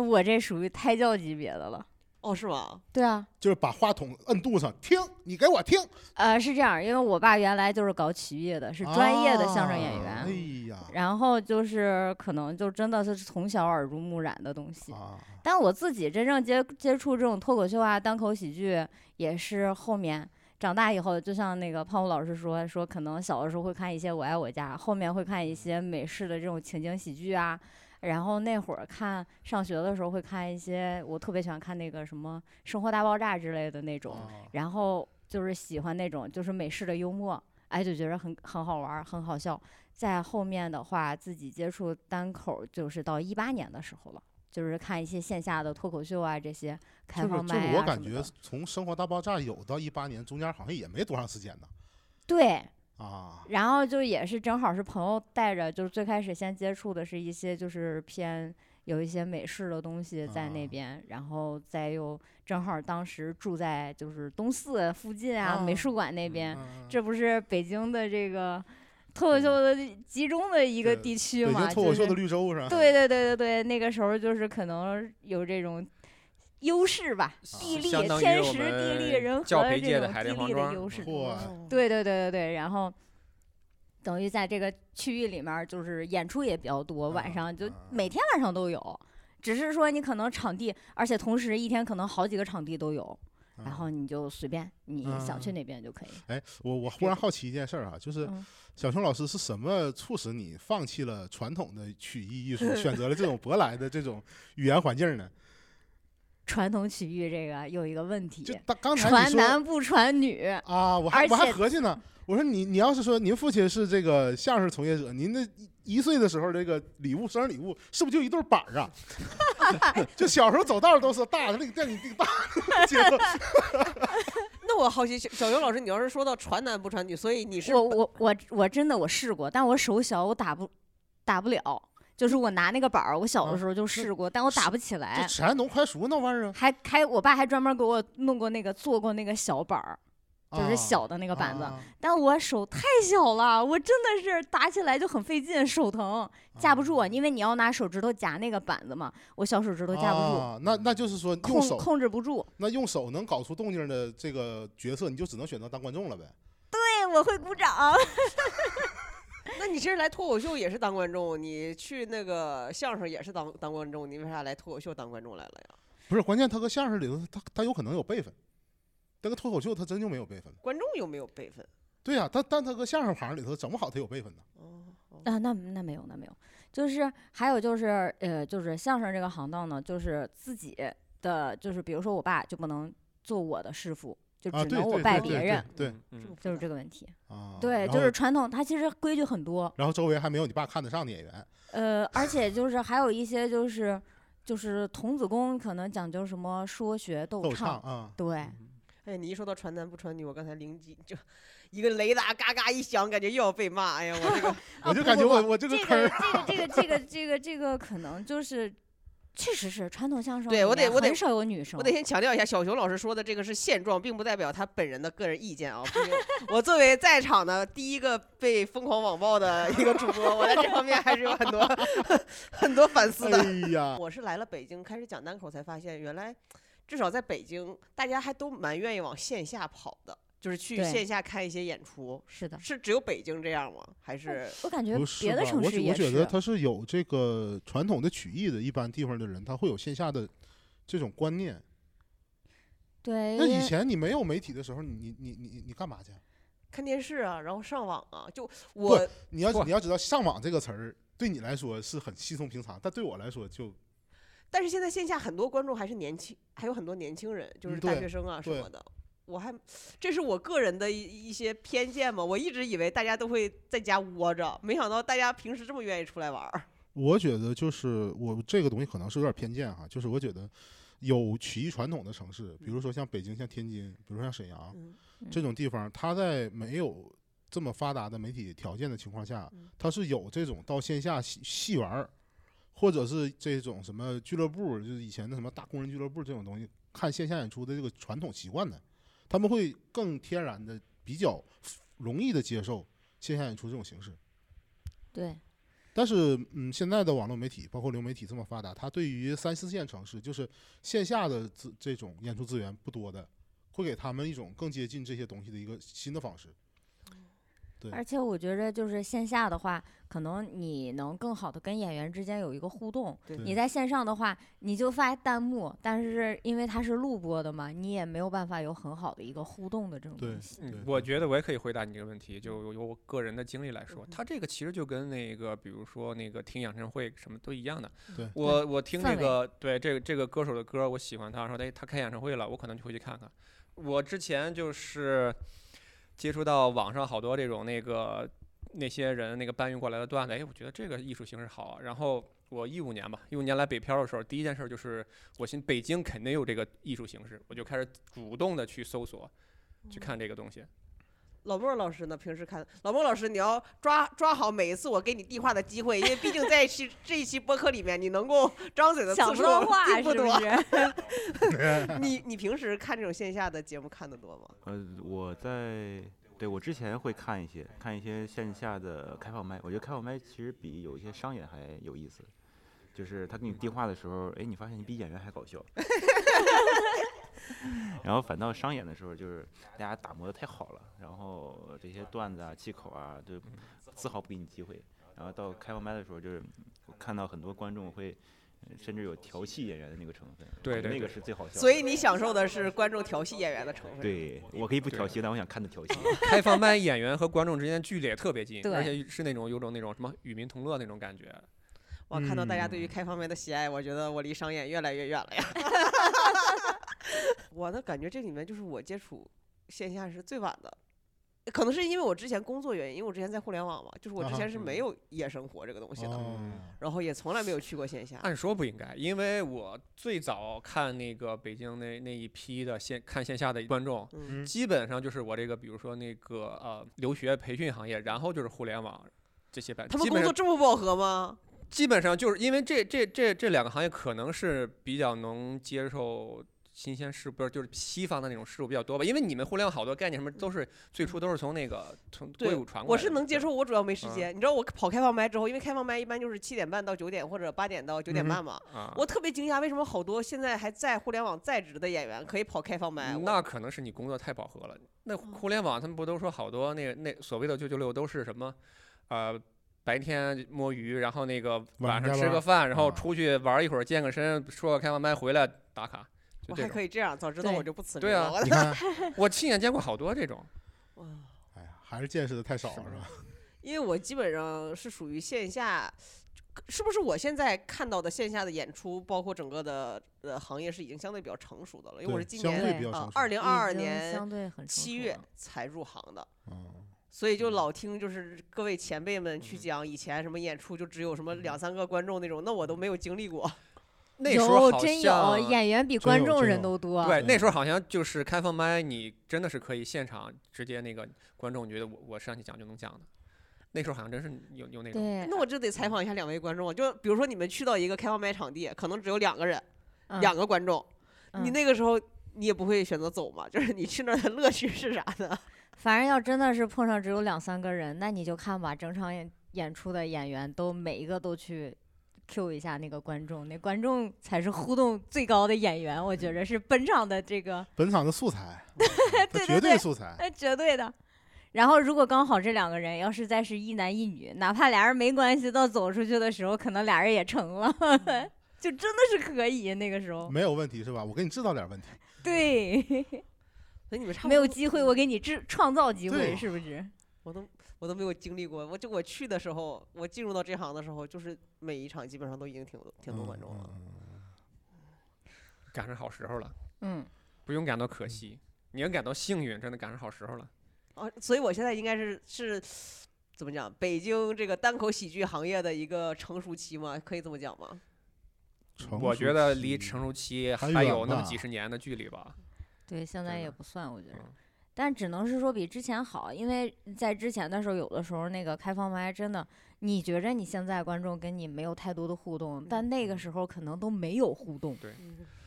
[SPEAKER 4] 我这属于胎教级别的了。
[SPEAKER 1] 哦，是吗？
[SPEAKER 4] 对啊，
[SPEAKER 3] 就是把话筒摁肚上，听，你给我听，
[SPEAKER 4] 呃，是这样，因为我爸原来就是搞曲艺的，是专业的相声演员，
[SPEAKER 3] 啊哎呀，
[SPEAKER 4] 然后就是可能就真的是从小耳濡目染的东西。
[SPEAKER 3] 啊，
[SPEAKER 4] 但我自己真正接接触这种脱口秀啊、单口喜剧，也是后面长大以后，就像那个胖虎老师说，说可能小的时候会看一些《我爱我家》，后面会看一些美式的这种情景喜剧啊。然后那会儿看上学的时候会看一些，我特别喜欢看那个什么《生活大爆炸》之类的那种，
[SPEAKER 3] 啊
[SPEAKER 4] 然后就是喜欢那种就是美式的幽默，哎，就觉得很很好玩儿，很好笑。在后面的话，自己接触单口就是到一八年的时候了，就是看一些线下的脱口秀啊这些开
[SPEAKER 3] 就是
[SPEAKER 4] 放
[SPEAKER 3] 就是
[SPEAKER 4] 麦
[SPEAKER 3] 我
[SPEAKER 4] 啊什
[SPEAKER 3] 感
[SPEAKER 4] 么
[SPEAKER 3] 觉
[SPEAKER 4] 的。
[SPEAKER 3] 从《生活大爆炸》有到一八年，中间好像也没多长时间呢。
[SPEAKER 4] 对，
[SPEAKER 3] 啊，
[SPEAKER 4] 然后就也是正好是朋友带着，就是最开始先接触的是一些就是偏有一些美式的东西在那
[SPEAKER 3] 啊
[SPEAKER 4] 边，然后再又正好当时住在就是东四附近啊、美
[SPEAKER 3] 啊
[SPEAKER 4] 术馆那边，
[SPEAKER 3] 嗯
[SPEAKER 4] 这不是北京的这个脱口秀的集中的一个
[SPEAKER 3] 对
[SPEAKER 4] 地区
[SPEAKER 3] 北京
[SPEAKER 4] 嘛？
[SPEAKER 3] 脱
[SPEAKER 4] 就
[SPEAKER 3] 口秀
[SPEAKER 4] 是
[SPEAKER 3] 的绿洲是吧？
[SPEAKER 4] 对对对对对，那个时候就是可能有这种优势吧，地利
[SPEAKER 5] 啊相当于
[SPEAKER 4] 天
[SPEAKER 5] 我
[SPEAKER 4] 时地利
[SPEAKER 5] 们
[SPEAKER 4] 人和
[SPEAKER 5] 教培
[SPEAKER 4] 这
[SPEAKER 5] 界的
[SPEAKER 4] 种
[SPEAKER 5] 海
[SPEAKER 4] 地
[SPEAKER 5] 淀黄
[SPEAKER 4] 利的
[SPEAKER 5] 庄
[SPEAKER 4] 优势。
[SPEAKER 3] 嚯，
[SPEAKER 4] 对对对对对，然后等于在这个区域里面儿，就是演出也比较多，晚
[SPEAKER 3] 啊
[SPEAKER 4] 上就
[SPEAKER 3] 啊
[SPEAKER 4] 每天晚上都有，只是说你可能场地，而且同时一天可能好几个场地都有，然后你就随便你想去
[SPEAKER 3] 嗯
[SPEAKER 4] 哪边就可以。
[SPEAKER 3] 哎，我我忽然好奇一件事儿啊，就是
[SPEAKER 4] 嗯
[SPEAKER 3] 小熊老师是什么促使你放弃了传统的曲艺 艺术，选择了这种舶来的这种语言环境呢？
[SPEAKER 4] 传统曲艺这个有一个问题
[SPEAKER 3] 就，当刚才你
[SPEAKER 4] 传
[SPEAKER 3] 说
[SPEAKER 4] 男不传女。
[SPEAKER 3] 啊，我还
[SPEAKER 4] 而
[SPEAKER 3] 我还
[SPEAKER 4] 且
[SPEAKER 3] 合计呢，我说你你要是说您父亲是这个相声从业者，您那一一岁的时候这个礼物生日礼物是不是就一对板儿啊？ 就小时候走道儿都是大的那个店里那个大的结婚
[SPEAKER 1] 那我好奇，小小熊老师，你要是说到传男不传女，所以你是
[SPEAKER 4] 我我我我真的我试过，但我手小，我打不打不了。就是我拿那个板儿，我小
[SPEAKER 3] 啊
[SPEAKER 4] 的时候就试过，但我打不起来
[SPEAKER 3] 就。全农快熟那玩意儿啊
[SPEAKER 4] 还开，我爸还专门给我弄过那个做过那个小板儿，
[SPEAKER 3] 啊，
[SPEAKER 4] 就是小的那
[SPEAKER 3] 那
[SPEAKER 4] 个板子。
[SPEAKER 3] 啊
[SPEAKER 4] 但我手太小了，我真的是打起来就很费劲，手
[SPEAKER 3] 啊
[SPEAKER 4] 疼，架不住。啊因为你要拿手指头夹那个板子嘛，我小手指头架不住，
[SPEAKER 3] 啊那那就是说用
[SPEAKER 4] 控
[SPEAKER 3] 手，
[SPEAKER 4] 控制不住。
[SPEAKER 3] 那用手能搞出动静的这个角色，你就只能选择当观众了呗。
[SPEAKER 4] 对，我会鼓掌。
[SPEAKER 1] 那你其实来脱口秀也是当观众，你去那个相声也是当当观众，你为啥来脱口秀当观众来了呀？
[SPEAKER 3] 不是，关键他搁相声里头，他他有可能有辈分，但跟脱口秀他真就没有辈分。
[SPEAKER 1] 观众有没有辈分？
[SPEAKER 3] 对呀、但但他搁相声行里头，整不好他有辈分呢。
[SPEAKER 1] 哦，哦
[SPEAKER 4] 啊，那那没有，那没有，就是还有就是呃，就是相声这个行当呢，就是自己的，就是比如说我爸就不能做我的师傅，就
[SPEAKER 3] 啊，
[SPEAKER 4] 只
[SPEAKER 3] 对
[SPEAKER 4] 能我
[SPEAKER 3] 对
[SPEAKER 4] 拜
[SPEAKER 3] 对
[SPEAKER 4] 别
[SPEAKER 3] 对
[SPEAKER 4] 人，
[SPEAKER 3] 对
[SPEAKER 5] 嗯
[SPEAKER 1] 这么
[SPEAKER 5] 嗯，
[SPEAKER 1] 复
[SPEAKER 4] 就是
[SPEAKER 1] 杂
[SPEAKER 4] 这个问题。
[SPEAKER 3] 啊，
[SPEAKER 4] 对，
[SPEAKER 3] 然
[SPEAKER 4] 就
[SPEAKER 3] 后
[SPEAKER 4] 是传统，它其实规矩很多，
[SPEAKER 3] 然后周围还没有你爸看得上的演员，
[SPEAKER 4] 呃，而且就是还有一些就是就是童子功可能讲究什么说学逗
[SPEAKER 3] 逗
[SPEAKER 4] 唱，
[SPEAKER 3] 唱啊，
[SPEAKER 4] 对，
[SPEAKER 1] 哎，你一说到传男不传女，我刚才灵机就一个雷达嘎嘎一响，感觉又要被骂。哎呀， 我这个
[SPEAKER 3] 我就
[SPEAKER 4] 啊不
[SPEAKER 3] 感
[SPEAKER 4] 不
[SPEAKER 3] 觉
[SPEAKER 4] 不
[SPEAKER 3] 我我这
[SPEAKER 4] 这
[SPEAKER 3] 个
[SPEAKER 4] 个
[SPEAKER 3] 坑儿
[SPEAKER 4] 这个这个这个这个这个可能就是确实是传统相声里
[SPEAKER 1] 对
[SPEAKER 4] 面
[SPEAKER 1] 我
[SPEAKER 4] 很
[SPEAKER 1] 得我得
[SPEAKER 4] 少有女生，
[SPEAKER 1] 我得先强调一下，小熊老师说的这个是现状，并不代表他本人的个人意见啊。不行我作为在场的第一个被疯狂网暴的一个主播，我在这方面还是有很多 很多反思的。
[SPEAKER 3] 哎呀，
[SPEAKER 1] 我是来了北京开始讲单口，才发现原来至少在北京，大家还都蛮愿意往线下跑的，就是去
[SPEAKER 4] 对
[SPEAKER 1] 线下看一些演出。
[SPEAKER 4] 是的，
[SPEAKER 1] 是只有北京这样吗？还是
[SPEAKER 4] 我感觉
[SPEAKER 3] 不是
[SPEAKER 4] 别的
[SPEAKER 3] 吧
[SPEAKER 4] 城
[SPEAKER 3] 我
[SPEAKER 4] 市
[SPEAKER 3] 觉我
[SPEAKER 4] 也
[SPEAKER 3] 觉得
[SPEAKER 4] 是。
[SPEAKER 3] 他是有这个传统的曲艺的，一般地方的人他会有线下的这种观念。
[SPEAKER 4] 对，
[SPEAKER 3] 那
[SPEAKER 4] 因
[SPEAKER 3] 以
[SPEAKER 4] 为
[SPEAKER 3] 前你没有媒体的时候，你你你你你干嘛去？啊
[SPEAKER 1] 看电视啊，然后上网啊？就我
[SPEAKER 3] 你要
[SPEAKER 5] 不
[SPEAKER 3] 你要知道，上网这个词儿对你来说是很稀松平常，但对我来说就
[SPEAKER 1] 但是现在线下很多观众还是年轻，还有很多年轻人，就是
[SPEAKER 3] 嗯
[SPEAKER 1] 大
[SPEAKER 3] 对
[SPEAKER 1] 学生啊什
[SPEAKER 3] 对
[SPEAKER 1] 么的。我还，这是我个人的一一些偏见嘛。我一直以为大家都会在家窝着，没想到大家平时这么愿意出来玩儿。
[SPEAKER 3] 我觉得就是我这个东西可能是有点偏见哈，就是我觉得有曲艺传统的城市，比如说像北京、像天津，比如说像沈阳
[SPEAKER 1] 嗯
[SPEAKER 3] 这种地方，它在没有这么发达的媒体条件的情况下
[SPEAKER 1] 嗯，
[SPEAKER 3] 它是有这种到线下戏戏玩儿，或者是这种什么俱乐部，就是以前的什么大工人俱乐部这种东西，看线下演出的这个传统习惯的，他们会更天然的、比较容易的接受线下演出这种形式。
[SPEAKER 4] 对
[SPEAKER 3] 但是，嗯，现在的网络媒体，包括流媒体这么发达，它对于三四线城市，就是线下的这这种演出资源不多的，会给他们一种更接近这些东西的一个新的方式。对
[SPEAKER 4] 而且我觉着就是线下的话，可能你能更好的跟演员之间有一个互动。
[SPEAKER 1] 对
[SPEAKER 3] 嗯
[SPEAKER 4] 你在线上的话，你就发弹幕，但是因为它是录播的嘛，你也没有办法有很好的一个互动的这种
[SPEAKER 3] 对
[SPEAKER 4] 东西。
[SPEAKER 3] 对
[SPEAKER 5] 嗯，我觉得我也可以回答你这个问题。
[SPEAKER 4] 嗯
[SPEAKER 5] 就由我个人的经历来说
[SPEAKER 1] 嗯，
[SPEAKER 5] 它这个其实就跟那个，比如说那个听演唱会什么都一样的。
[SPEAKER 3] 对
[SPEAKER 5] 我我听这
[SPEAKER 4] 氛围
[SPEAKER 5] 个对这个这个歌手的歌，我喜欢他，说哎他开演唱会了，我可能就会去看看。我之前就是接触到网上好多这种那个那些人那个搬运过来的段子，哎，我觉得这个艺术形式好啊。然后我一五年吧，一五年来北漂的时候，第一件事就是我寻北京肯定有这个艺术形式，我就开始主动的去搜索，去看这个东西。
[SPEAKER 4] 哦
[SPEAKER 1] 老莫老师呢？平时看老莫老师，你要抓抓好每一次我给你递话的机会，因为毕竟在一期这一期播客里面，你能 够张嘴的次
[SPEAKER 4] 想不
[SPEAKER 1] 数
[SPEAKER 4] 到话
[SPEAKER 1] 并
[SPEAKER 4] 是
[SPEAKER 1] 不
[SPEAKER 4] 不
[SPEAKER 1] 多。
[SPEAKER 4] 是？
[SPEAKER 1] 你你平时看这种线下的节目看的多吗？
[SPEAKER 6] 呃，我在对我之前会看一些看一些线下的开放麦，我觉得开放麦其实比有一些商演还有意思，就是他给你递话的时候，哎，你发现你比演员还搞笑。然后反倒商演的时候，就是大家打磨的太好了，然后这些段子啊、气口啊，就丝毫不给你机会。然后到开放麦的时候，就是我看到很多观众会，呃甚至有调戏演员的那个成分，我
[SPEAKER 5] 对
[SPEAKER 6] 觉得
[SPEAKER 5] 对
[SPEAKER 6] 那个
[SPEAKER 5] 对
[SPEAKER 6] 是最好笑的。
[SPEAKER 1] 所以你享受的是观众调戏演员的成分。
[SPEAKER 6] 对我可以不调
[SPEAKER 5] 对
[SPEAKER 6] 戏，但我想看他调戏。
[SPEAKER 5] 开放麦演员和观众之间距离也特别近，
[SPEAKER 4] 对
[SPEAKER 5] 而且是那种有种那种什么与民同乐那种感觉。
[SPEAKER 1] 哇，看到大家对
[SPEAKER 4] 嗯
[SPEAKER 1] 于开放麦的喜爱，我觉得我离商演越来越远了 呀。我的感觉这里面就是我接触线下是最晚的，可能是因为我之前工作原因，因为我之前在互联网嘛，就是我之
[SPEAKER 3] 啊
[SPEAKER 1] 前是没
[SPEAKER 5] 嗯
[SPEAKER 1] 有夜生活这个东西的，
[SPEAKER 3] 哦，
[SPEAKER 1] 然后也从来没有去过线下。
[SPEAKER 5] 按说不应该，因为我最早看那个北京那那一批的线看线下的观众，
[SPEAKER 1] 嗯
[SPEAKER 5] 基本上就是我这个，比如说那个呃留学培训行业，然后就是互联网。这些板，
[SPEAKER 1] 他们
[SPEAKER 5] 基
[SPEAKER 1] 工
[SPEAKER 5] 本
[SPEAKER 1] 作
[SPEAKER 5] 上
[SPEAKER 1] 这么饱和吗？
[SPEAKER 5] 基本上就是因为这这这这两个行业可能是比较能接受新鲜事物，不是就是西方的那种事物比较多吧？因为你们互联网好多概念什么都是最初都是从那个从
[SPEAKER 1] 嗯对
[SPEAKER 5] 硅谷传过
[SPEAKER 1] 我
[SPEAKER 5] 来的。
[SPEAKER 1] 是能接
[SPEAKER 5] 对
[SPEAKER 1] 受，我主要没时间。你知道我跑开放麦之后，因为开放麦一般就是七点半到九点或者八点到九点半嘛，
[SPEAKER 5] 啊，
[SPEAKER 1] 我特别惊讶为什么好多现在还在互联网在职的演员可以跑开放麦。我
[SPEAKER 5] 嗯那可能是你工作太饱和了。那互联网他们不都说好多那那所谓的九九六都是什么，呃，白天摸鱼，然后那个晚
[SPEAKER 3] 晚上
[SPEAKER 5] 上
[SPEAKER 3] 加
[SPEAKER 5] 吃
[SPEAKER 3] 班
[SPEAKER 5] 个饭，然后
[SPEAKER 3] 啊
[SPEAKER 5] 出去玩一会儿，健个身，说个开放麦回来打卡，就
[SPEAKER 1] 我
[SPEAKER 5] 这
[SPEAKER 1] 还
[SPEAKER 5] 种。
[SPEAKER 1] 可以这样，早知道
[SPEAKER 4] 对
[SPEAKER 1] 我就不辞职
[SPEAKER 5] 啊对
[SPEAKER 1] 了。
[SPEAKER 5] 啊
[SPEAKER 1] 我
[SPEAKER 3] 你看，
[SPEAKER 5] 我亲眼见过好多这种。
[SPEAKER 1] 哇
[SPEAKER 3] 哎呀，还是见识的太少了，是吧？
[SPEAKER 1] 因为我基本上是属于线下，是不是我现在看到的线下的演出，包括整个的呃行业是已经相对比较成熟的了？因为我
[SPEAKER 3] 对
[SPEAKER 1] 是今
[SPEAKER 3] 相
[SPEAKER 1] 年
[SPEAKER 3] 对比较
[SPEAKER 1] 啊
[SPEAKER 3] 成，
[SPEAKER 1] 二
[SPEAKER 3] 熟。
[SPEAKER 1] 零二 二
[SPEAKER 4] 已经
[SPEAKER 1] 年
[SPEAKER 4] 嗯相对很成
[SPEAKER 1] 七
[SPEAKER 4] 熟
[SPEAKER 1] 月
[SPEAKER 4] 了
[SPEAKER 1] 才入行的。
[SPEAKER 3] 嗯，
[SPEAKER 1] 所以就
[SPEAKER 5] 嗯
[SPEAKER 1] 老听就是各位前辈们
[SPEAKER 4] 嗯
[SPEAKER 1] 去讲以前什么演出就只有什么两三个观众那种，那我都没有经历过。
[SPEAKER 5] 那时候
[SPEAKER 4] 有
[SPEAKER 5] 好
[SPEAKER 4] 真有
[SPEAKER 5] 像
[SPEAKER 4] 演员比
[SPEAKER 3] 真
[SPEAKER 4] 观
[SPEAKER 3] 有
[SPEAKER 4] 众
[SPEAKER 3] 真
[SPEAKER 4] 人
[SPEAKER 3] 有
[SPEAKER 4] 都多。
[SPEAKER 5] 对，
[SPEAKER 3] 对
[SPEAKER 5] 那时候好像就是开放麦，你真的是可以现场直接那个观众觉得我我上去讲就能讲的。那时候好像真是有有那种，
[SPEAKER 4] 对，
[SPEAKER 1] 那我就得采访一下两位观众，啊就比如说你们去到一个开放麦场地，可能只有两个人，
[SPEAKER 4] 嗯
[SPEAKER 1] 两个观众，你
[SPEAKER 4] 嗯
[SPEAKER 1] 那个时候你也不会选择走嘛？就是你去那儿的乐趣是啥 呢？
[SPEAKER 4] 反正要真的是碰上只有两三个人，那你就看吧，整场演演出的演员都每一个都去 Q 一下那个观众，那观众才是互动最高的演员，我觉着是本场的这个
[SPEAKER 3] 本场的素材，嗯它
[SPEAKER 4] 对
[SPEAKER 3] 绝
[SPEAKER 4] 对哎
[SPEAKER 3] 素材。
[SPEAKER 4] 那绝对的。然后，如果刚好这两个人要是再是一男一女，哪怕俩人没关系，到走出去的时候，可能俩人也成了，
[SPEAKER 1] 嗯
[SPEAKER 4] 就真的是可以那个时候。
[SPEAKER 3] 没有问题是吧？我给你制造点问题。
[SPEAKER 4] 对，
[SPEAKER 1] 所以你们差不
[SPEAKER 4] 没有
[SPEAKER 1] 多
[SPEAKER 4] 机会，我给你制创造机
[SPEAKER 3] 对
[SPEAKER 4] 会，是不是？
[SPEAKER 1] 我都我都没有经历过。我就我去的时候，我进入到这行的时候，就是每一场基本上都已经挺多挺多观众了。
[SPEAKER 3] 嗯
[SPEAKER 5] 赶上好时候了，
[SPEAKER 4] 嗯，
[SPEAKER 5] 不用感到
[SPEAKER 3] 嗯
[SPEAKER 5] 可惜，你要感到幸运，真的赶上好时候了。
[SPEAKER 1] 啊，所以我现在应该是是怎么讲？北京这个单口喜剧行业的一个成熟期嘛，可以这么讲吗？
[SPEAKER 3] 成
[SPEAKER 5] 我
[SPEAKER 3] 熟
[SPEAKER 5] 觉得
[SPEAKER 3] 期
[SPEAKER 5] 离成熟期
[SPEAKER 3] 还
[SPEAKER 5] 还
[SPEAKER 3] 远
[SPEAKER 5] 有那么
[SPEAKER 3] 吧
[SPEAKER 5] 几十年的距离吧。
[SPEAKER 4] 对，现在
[SPEAKER 5] 真
[SPEAKER 4] 也
[SPEAKER 5] 的
[SPEAKER 4] 不算，我觉得
[SPEAKER 5] 嗯，
[SPEAKER 4] 但只能是说比之前好，因为在之前的时候，有的时候那个开放麦真的，你觉着你现在观众跟你没有太多的互动，
[SPEAKER 5] 嗯
[SPEAKER 4] 但那个时候可能都没有互动。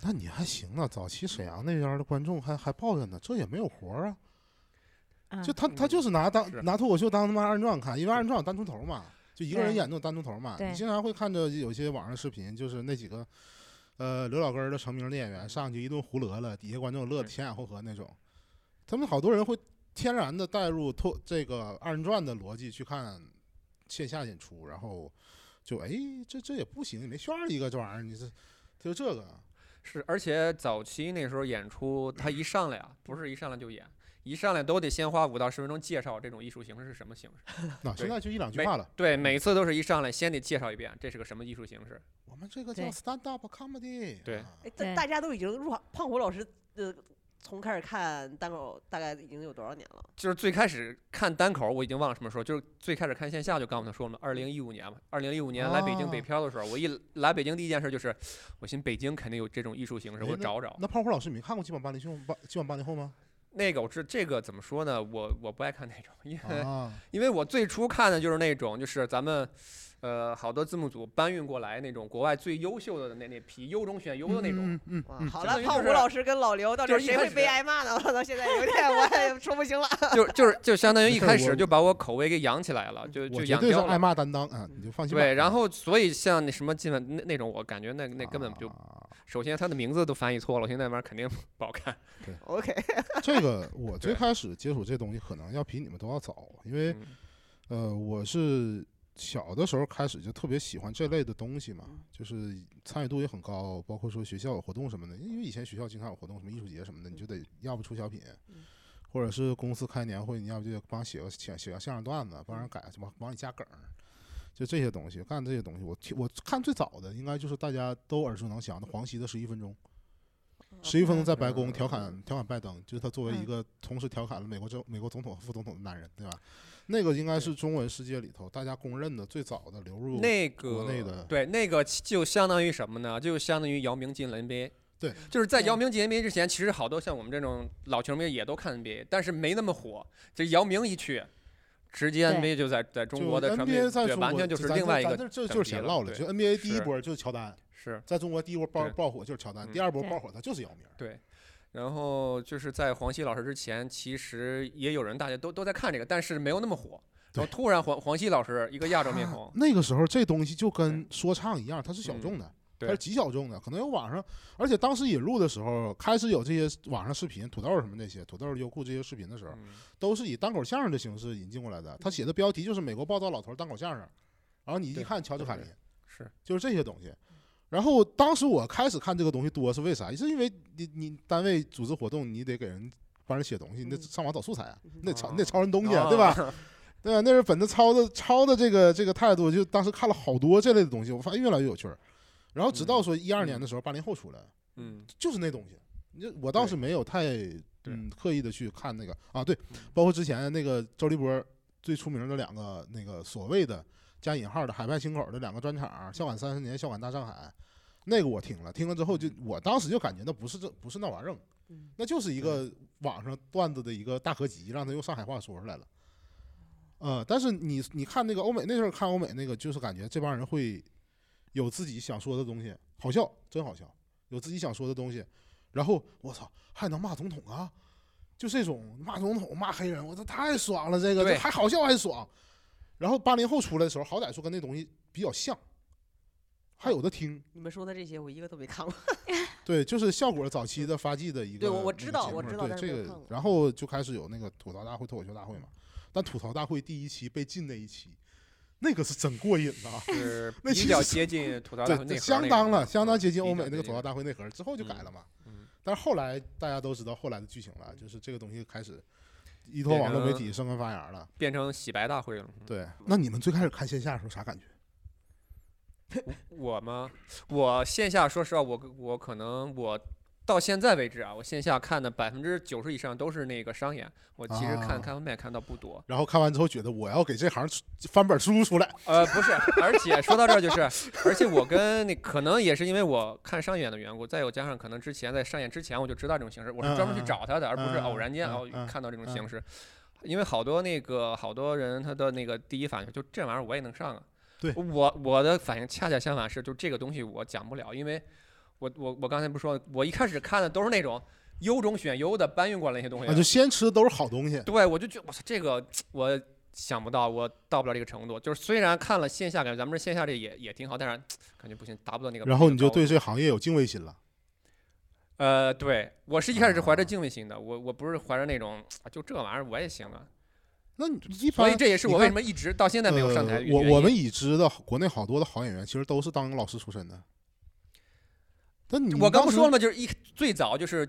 [SPEAKER 3] 那你还行啊，早期沈阳那边的观众还还抱怨呢，这也没有活儿啊。
[SPEAKER 4] 啊
[SPEAKER 3] 就他他就是拿当
[SPEAKER 5] 是
[SPEAKER 3] 拿脱口秀当他妈二人转看，因为二人转有单出头嘛，就一个人
[SPEAKER 4] 对
[SPEAKER 3] 演那种单出头嘛。
[SPEAKER 4] 对
[SPEAKER 3] 你经常会看着有些网上视频，就是那几个呃刘老根儿的成名的演员上去一顿胡乐了，底下观众乐得
[SPEAKER 5] 是
[SPEAKER 3] 前仰后合那种。他们好多人会天然的带入脱这个二人转的逻辑去看线下演出，然后就哎这这也不行，你没炫一个这玩意儿，你这就这个。
[SPEAKER 5] 是，而且早期那时候演出，他一上来啊，不是一上来就演，一上来都得先花五到十分钟介绍这种艺术形式是什么形式。
[SPEAKER 3] 那现
[SPEAKER 5] 对
[SPEAKER 3] 在就一两句
[SPEAKER 5] 没
[SPEAKER 3] 话了。
[SPEAKER 5] 对，每次都是一上来先得介绍一遍这是个什么艺术形式。
[SPEAKER 3] 我们这个叫
[SPEAKER 4] 对
[SPEAKER 3] stand up comedy。
[SPEAKER 5] 对
[SPEAKER 3] 啊
[SPEAKER 1] 哎，大
[SPEAKER 4] 对
[SPEAKER 1] 大家都已经入行，胖虎老师呃，从开始看单口大概已经有多少年了？
[SPEAKER 5] 就是最开始看单口，我已经忘了什么时候，就是最开始看线下就刚我们说了嘛，二零一五年嘛，二零一五年来北京北
[SPEAKER 3] 哦
[SPEAKER 5] 漂的时候，我一来北京第一件事就是，我寻北京肯定有这种艺术形式，
[SPEAKER 3] 哎
[SPEAKER 5] 我找找。
[SPEAKER 3] 那胖虎老师，你没看过《今晚八零后》八《今晚八零后》吗？
[SPEAKER 5] 那个我知这个怎么说呢？我我不爱看那种，因为、
[SPEAKER 3] 啊，
[SPEAKER 5] 因为我最初看的就是那种，就是咱们。呃，好多字幕组搬运过来那种国外最优秀的那那批优中选优的那种，
[SPEAKER 3] 嗯嗯
[SPEAKER 1] 哇，
[SPEAKER 3] 嗯
[SPEAKER 1] 好
[SPEAKER 5] 相
[SPEAKER 1] 了
[SPEAKER 5] 当，于就
[SPEAKER 1] 胖虎
[SPEAKER 5] 是
[SPEAKER 1] 老师跟老刘到底
[SPEAKER 5] 就是一
[SPEAKER 1] 谁
[SPEAKER 5] 开
[SPEAKER 1] 会
[SPEAKER 5] 始
[SPEAKER 1] 被挨骂呢？我到现在有 点我也说不清了。
[SPEAKER 3] 嗯
[SPEAKER 5] 就就是就相当于
[SPEAKER 3] 没
[SPEAKER 5] 一
[SPEAKER 3] 事
[SPEAKER 5] 开
[SPEAKER 3] 儿
[SPEAKER 5] 始
[SPEAKER 3] 我嗯
[SPEAKER 5] 就把我口味给养起来了，就
[SPEAKER 3] 我
[SPEAKER 5] 就
[SPEAKER 3] 绝
[SPEAKER 5] 养
[SPEAKER 3] 对是
[SPEAKER 5] 刁
[SPEAKER 3] 爱
[SPEAKER 5] 了。
[SPEAKER 3] 骂担当啊，你就放心吧。
[SPEAKER 5] 对，然后所以像那什么今晚那那种，我感觉那那根本就，
[SPEAKER 3] 啊
[SPEAKER 5] 首先它的名字都翻译错了，我现在那玩意儿肯定不好看。
[SPEAKER 1] OK，
[SPEAKER 3] 这个我最
[SPEAKER 5] 对
[SPEAKER 3] 开始接触这东西可能要比你们都要早，因为
[SPEAKER 5] 嗯
[SPEAKER 3] 呃，我是小的时候开始就特别喜欢这类的东西嘛，就是参与度也很高，包括说学校有活动什么的，因为以前学校经常有活动，什么艺术节什么的，你就得要不出小品，或者是公司开年会，你要不就帮写个写写个相声段子，帮人改，帮帮你加梗儿。就这些东西，干这些东西，我听我看最早的应该就是大家都耳熟能详的黄西的十一分钟，十一分钟在白宫调侃调侃拜登，就是他作为一
[SPEAKER 4] 嗯
[SPEAKER 3] 个同时调侃了美国政美国总统和副总统的男人，对吧？那个应该是中文世界里头大家公认的最早的流入
[SPEAKER 5] 那
[SPEAKER 3] 国内
[SPEAKER 5] 个
[SPEAKER 3] 的
[SPEAKER 5] 对那个就相当于什么呢？就相当于姚明进了 NBA。
[SPEAKER 3] 对，
[SPEAKER 5] 就是在
[SPEAKER 4] 对
[SPEAKER 5] 姚明进 NBA 之前，其实好多像我们这种老球迷也都看 NBA，但是没那么火。这姚明一去，直接
[SPEAKER 4] 对
[SPEAKER 5] NBA 就在在中
[SPEAKER 3] 就
[SPEAKER 5] 国的传媒
[SPEAKER 3] NBA 在
[SPEAKER 5] 对，
[SPEAKER 3] 中国
[SPEAKER 5] 完全就是
[SPEAKER 3] 咱
[SPEAKER 5] 另外一
[SPEAKER 3] 咱
[SPEAKER 5] 个
[SPEAKER 3] 这这
[SPEAKER 5] 等
[SPEAKER 3] 就是
[SPEAKER 5] 级
[SPEAKER 3] 闲
[SPEAKER 5] 了
[SPEAKER 3] 唠了，
[SPEAKER 5] 对
[SPEAKER 3] 就 NBA 第一
[SPEAKER 5] 是
[SPEAKER 3] 波就是乔丹，
[SPEAKER 5] 是
[SPEAKER 3] 在中国第一波爆
[SPEAKER 5] 对
[SPEAKER 3] 爆火就是乔丹，
[SPEAKER 5] 嗯
[SPEAKER 3] 第二波
[SPEAKER 4] 对
[SPEAKER 3] 爆火的就是姚明。
[SPEAKER 5] 对。然后就是在黄西老师之前，其实也有人大家都都在看这个，但是没有那么火。然后突然黄黄西老师一个亚洲面
[SPEAKER 3] 他
[SPEAKER 5] 孔，
[SPEAKER 3] 啊那个时候这东西就跟说唱一样，它是小众的，它
[SPEAKER 5] 嗯对
[SPEAKER 3] 是极小众的，可能有网上，而且当时引入的时候，开始有这些网上视频，土豆什么那些，土豆、优酷这些视频的时候，
[SPEAKER 5] 嗯
[SPEAKER 3] 都 是以单口相声的形式引进过来的。他写的标题就是“美国暴躁老头儿单口相声”，然后你一
[SPEAKER 5] 对
[SPEAKER 3] 看乔治卡
[SPEAKER 5] 对
[SPEAKER 3] 林，
[SPEAKER 5] 是
[SPEAKER 3] 就是这些东西。然后当时我开始看这个东西多是为啥？是因为你你单位组织活动，你得给人帮人写东西，你得
[SPEAKER 1] 嗯
[SPEAKER 3] 上网找素材啊，你得抄
[SPEAKER 5] 哦
[SPEAKER 3] 你得抄人东西啊，对吧？
[SPEAKER 5] 啊
[SPEAKER 3] 对啊，那是本着抄的抄的这个这个态度，就当时看了好多这类的东西，我发现越来越有趣儿。然后直到说一二年的时候，八零后出来，
[SPEAKER 5] 嗯，
[SPEAKER 3] 就是那东西。你就我倒是没有太
[SPEAKER 5] 对
[SPEAKER 3] 嗯刻意的去看那个啊，对
[SPEAKER 5] 嗯，
[SPEAKER 3] 包括之前那个周立波最出名的两个那个所谓的加引号的海派清口的两个专场，《
[SPEAKER 5] 嗯
[SPEAKER 3] 笑感三十年》《笑感大上海》，那个我听了，听了之后就
[SPEAKER 5] 嗯
[SPEAKER 3] 我当时就感觉那不是这不是那玩意儿，那就是一个网上段子的一个大合集，让他用上海话说出来了。呃，但是你你看那个欧美那阵儿看欧美那个，就是感觉这帮人会有自己想说的东西，好笑，真好笑，有自己想说的东西。然后我操，还能骂总统啊？就这种骂总统、骂黑人，我这太爽了，这个
[SPEAKER 5] 对
[SPEAKER 3] 这还好笑还爽。然后八零后出来的时候，好歹说跟那东西比较像，还有的听。
[SPEAKER 1] 你们说的这些我一个都没看过。
[SPEAKER 3] 对，就是效果早期的发迹的一个
[SPEAKER 1] 对
[SPEAKER 3] 那个节
[SPEAKER 1] 我
[SPEAKER 3] 目。
[SPEAKER 1] 我知道我知道
[SPEAKER 3] 对
[SPEAKER 1] 但是
[SPEAKER 3] 这
[SPEAKER 1] 没有
[SPEAKER 3] 个
[SPEAKER 1] 看过，
[SPEAKER 3] 然后就开始有那个吐槽大会、脱口秀大会嘛。但吐槽大会第一期被禁那一期，那个是真过瘾呐、
[SPEAKER 5] 是
[SPEAKER 3] 那
[SPEAKER 5] 比
[SPEAKER 3] 其
[SPEAKER 5] 较
[SPEAKER 3] 实
[SPEAKER 5] 接近吐槽大会内
[SPEAKER 3] 对，
[SPEAKER 5] 核
[SPEAKER 3] 相
[SPEAKER 5] 那嗯
[SPEAKER 3] 当
[SPEAKER 5] 种
[SPEAKER 3] 了，相当接近
[SPEAKER 5] 比
[SPEAKER 3] 欧
[SPEAKER 5] 较
[SPEAKER 3] 美那
[SPEAKER 5] 接
[SPEAKER 3] 个吐
[SPEAKER 5] 近
[SPEAKER 3] 槽大会内核，之后就改了嘛。
[SPEAKER 5] 嗯
[SPEAKER 3] 但是后来大家都知道后来的剧情了，就是这个东西开始依托
[SPEAKER 5] 变
[SPEAKER 3] 网络媒
[SPEAKER 5] 成
[SPEAKER 3] 体生根发芽了。
[SPEAKER 5] 变成洗白大会了。嗯
[SPEAKER 3] 对，那你们最开始看线下的时候啥感觉？
[SPEAKER 5] 我吗？我线下说实话，我我可能我到现在为止啊，我线下看的百分之九十以上都是那个商演，我其实
[SPEAKER 3] 啊
[SPEAKER 5] 看开放麦看到不多。
[SPEAKER 3] 然后看完之后觉得我要给这行出翻本书出来。
[SPEAKER 5] 呃，不是，而且说到这儿就是，而且我跟那可能也是因为我看商演的缘故，再有加上可能之前在商演之前我就知道这种形式，我是专门去
[SPEAKER 3] 嗯嗯
[SPEAKER 5] 找他的，而不是
[SPEAKER 3] 嗯
[SPEAKER 5] 偶然间
[SPEAKER 3] 嗯
[SPEAKER 5] 哦
[SPEAKER 3] 嗯
[SPEAKER 5] 看到这种
[SPEAKER 3] 嗯
[SPEAKER 5] 形式。因为好多那个好多人他的那个第一反应就这玩意儿我也能上啊，
[SPEAKER 3] 对
[SPEAKER 5] 我我的反应恰恰相反是，就这个东西我讲不了，因为我我我刚才不是说，我一开始看的都是那种优中选优的搬运过来那些东西
[SPEAKER 3] 啊，，就先吃的都是好东西。
[SPEAKER 5] 对，我就觉得我操，这个我想不到，我到不了这个程度。就是虽然看了线下，感觉咱们这线下这也也挺好，但是感觉不行，达不到那个。
[SPEAKER 3] 然后
[SPEAKER 5] 那个
[SPEAKER 3] 你就
[SPEAKER 5] 高度
[SPEAKER 3] 对这行业有敬畏心了。
[SPEAKER 5] 呃，对我是一开始是怀着
[SPEAKER 3] 啊
[SPEAKER 5] 敬畏心的，我我不是怀着那种啊就这玩意儿我也行啊。
[SPEAKER 3] 那你一
[SPEAKER 5] 所
[SPEAKER 3] 般
[SPEAKER 5] 以这也是
[SPEAKER 3] 你
[SPEAKER 5] 我为
[SPEAKER 3] 看
[SPEAKER 5] 什么一直到现在没有上台的
[SPEAKER 3] 呃
[SPEAKER 5] 原因。
[SPEAKER 3] 我我们已知的好国内好多的好演员，其实都是当老师出身的。但你
[SPEAKER 5] 我刚不
[SPEAKER 3] 当时
[SPEAKER 5] 说了吗？就是一最早就是。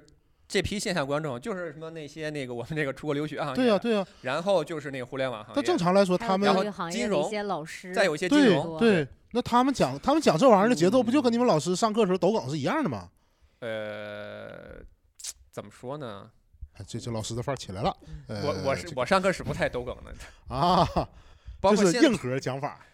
[SPEAKER 5] 这批线下观众就是什么那些那个我们这个出国留学啊行业，
[SPEAKER 3] 对呀、对呀、
[SPEAKER 5] 然后就是那个互联网行业，
[SPEAKER 3] 但正常来说，
[SPEAKER 4] 还
[SPEAKER 3] 他
[SPEAKER 4] 有
[SPEAKER 3] 们
[SPEAKER 5] 然
[SPEAKER 4] 教
[SPEAKER 5] 后
[SPEAKER 4] 育行
[SPEAKER 5] 金
[SPEAKER 4] 业的一
[SPEAKER 5] 融
[SPEAKER 4] 些老师，
[SPEAKER 5] 再有一些金
[SPEAKER 3] 对
[SPEAKER 5] 融，
[SPEAKER 3] 对，那他们讲他们讲这玩意儿的节奏，不就跟你们老师上课的时候抖梗是一样的吗？
[SPEAKER 5] 呃，怎么说呢？
[SPEAKER 3] 哎这这老师的范儿起来了。呃、
[SPEAKER 5] 嗯我我是
[SPEAKER 3] 这个
[SPEAKER 5] 我上课是不太抖梗的，
[SPEAKER 3] 啊，
[SPEAKER 5] 包括
[SPEAKER 3] 就是
[SPEAKER 5] 现在
[SPEAKER 3] 硬核讲法，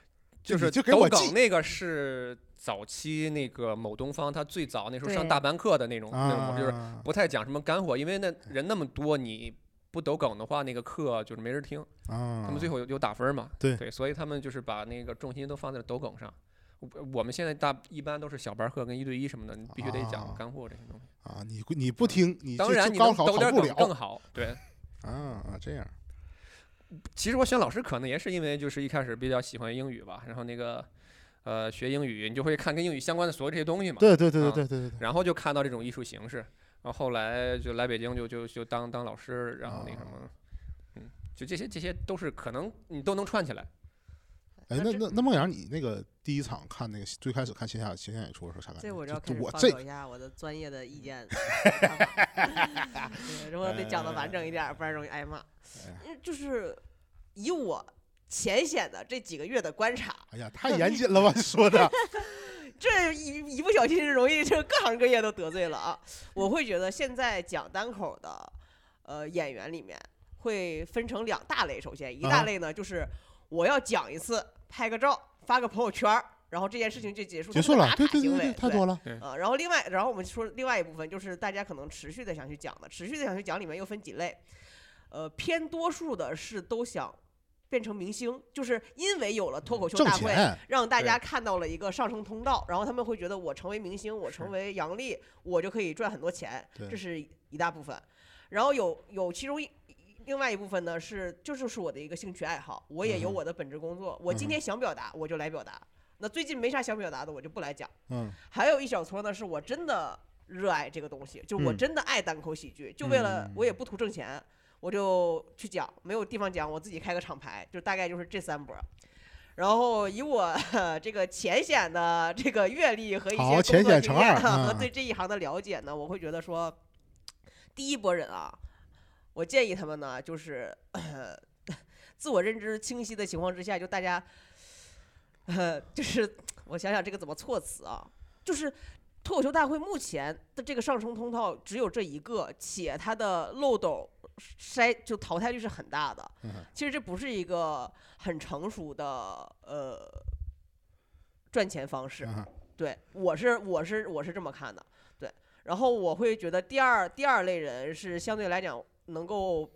[SPEAKER 5] 就
[SPEAKER 3] 就是你就给
[SPEAKER 5] 抖
[SPEAKER 3] 我
[SPEAKER 5] 梗
[SPEAKER 3] 记
[SPEAKER 5] 那个是早期那个某东方他最早那时候上
[SPEAKER 4] 对
[SPEAKER 5] 大班课的那种那种模式，就是
[SPEAKER 3] 啊，
[SPEAKER 5] 不太讲什么干货，因为那人那么多，你不抖梗的话，那个课就是没人听。
[SPEAKER 3] 啊，
[SPEAKER 5] 他们最后有有打分嘛？
[SPEAKER 3] 对
[SPEAKER 5] 所以他们就是把那个重心都放在了抖梗上。我我们现在大一般都是小班课跟一对一什么的，你必须得
[SPEAKER 3] 啊
[SPEAKER 5] 讲干货这些东西。
[SPEAKER 3] 啊，你你不听，你
[SPEAKER 5] 当
[SPEAKER 3] 就
[SPEAKER 5] 然，
[SPEAKER 3] 就
[SPEAKER 5] 你
[SPEAKER 3] 高
[SPEAKER 5] 能
[SPEAKER 3] 考
[SPEAKER 5] 抖
[SPEAKER 3] 考
[SPEAKER 5] 点
[SPEAKER 3] 不
[SPEAKER 5] 梗更
[SPEAKER 3] 了
[SPEAKER 5] 好。对，
[SPEAKER 3] 啊啊，这样
[SPEAKER 5] 其实我选老师可能也是因为就是一开始比较喜欢英语吧，然后那个呃学英语，你就会看跟英语相关的所有这些东西嘛，
[SPEAKER 3] 对对对
[SPEAKER 5] 啊
[SPEAKER 3] 对对对对
[SPEAKER 5] 然后就看到这种艺术形式，然后后来就来北京就就就当当老师，然后那
[SPEAKER 3] 啊
[SPEAKER 5] 什么，嗯，就这些这些都是可能你都能串起来。
[SPEAKER 3] 对。哎，那那那孟阳，你那个第一场看那个最开始看线下线下演出的时候啥感觉？
[SPEAKER 1] 这我就要
[SPEAKER 3] 就
[SPEAKER 1] 开
[SPEAKER 3] 就
[SPEAKER 1] 始
[SPEAKER 3] 我
[SPEAKER 1] 发
[SPEAKER 3] 这
[SPEAKER 1] 表一下我的专业的意见和看法， 对然后得讲的完整一点，不然容易挨骂。
[SPEAKER 3] 哎
[SPEAKER 1] 嗯就是以我浅显的这几个月的观察，
[SPEAKER 3] 哎呀，太严谨了吧，说的
[SPEAKER 1] 这一一不小心容易这各行各业都得罪了啊！我会觉得现在讲单口的，呃，演员里面会分成两大类。首先，一
[SPEAKER 3] 啊
[SPEAKER 1] 大类呢，就是我要讲一次，拍个照，发个朋友圈儿，然后这件事情就结束，
[SPEAKER 3] 结束了
[SPEAKER 1] 它，
[SPEAKER 3] 对
[SPEAKER 1] 是
[SPEAKER 3] 对
[SPEAKER 1] 个打卡行
[SPEAKER 3] 对对，
[SPEAKER 1] 为，
[SPEAKER 3] 太多了。
[SPEAKER 1] 啊，然后另外，然后我们说另外一部分就是大家可能持续的想去讲的，持续的想去讲里面又分几类，呃，偏多数的是都想变成明星，就是因为有了脱口秀
[SPEAKER 3] 挣
[SPEAKER 1] 大会，
[SPEAKER 3] 钱，
[SPEAKER 1] 让大
[SPEAKER 5] 对
[SPEAKER 1] 家看到了一个上升通道，然后他们会觉得我成为明星，我成
[SPEAKER 5] 是
[SPEAKER 1] 为杨笠，我就可以赚很多钱，
[SPEAKER 3] 对
[SPEAKER 1] 这是一大部分。然后有有其中一另外一部分呢是这就是我的一个兴趣爱好，我也有
[SPEAKER 3] 嗯哼
[SPEAKER 1] 我的本职工作，我今天想表达我就来表达，那最近没啥想表达的我就不来讲。
[SPEAKER 3] 嗯，
[SPEAKER 1] 还有一小撮呢，是我真的热爱这个东西，就是我
[SPEAKER 3] 嗯
[SPEAKER 1] 真的爱单口喜剧，就为了
[SPEAKER 3] 嗯
[SPEAKER 1] 我也不图挣钱，我就去讲，没有地方讲，我自己开个厂牌，就大概就是这三波。然后以我 这个浅显的这个阅历和一些
[SPEAKER 3] 好
[SPEAKER 1] 工
[SPEAKER 3] 浅
[SPEAKER 1] 作
[SPEAKER 3] 显
[SPEAKER 1] 经
[SPEAKER 3] 乘
[SPEAKER 1] 验
[SPEAKER 3] 二
[SPEAKER 1] 和
[SPEAKER 3] 嗯
[SPEAKER 1] 对这一行的了解呢，我会觉得说，第一波人啊，我建议他们呢，就是 呃自我认知清晰的情况之下，就大家， 呃，就是 我想想这个怎么措辞啊，就是脱口秀大会目前的这个上升通道只有这一个，且它的漏斗筛就淘汰率是很大的。
[SPEAKER 3] 嗯
[SPEAKER 1] 其实这不是一个很成熟的呃赚钱方式。
[SPEAKER 3] 嗯
[SPEAKER 1] 对，我是我是我是这么看的，对。然后我会觉得第二第二类人是相对来讲能够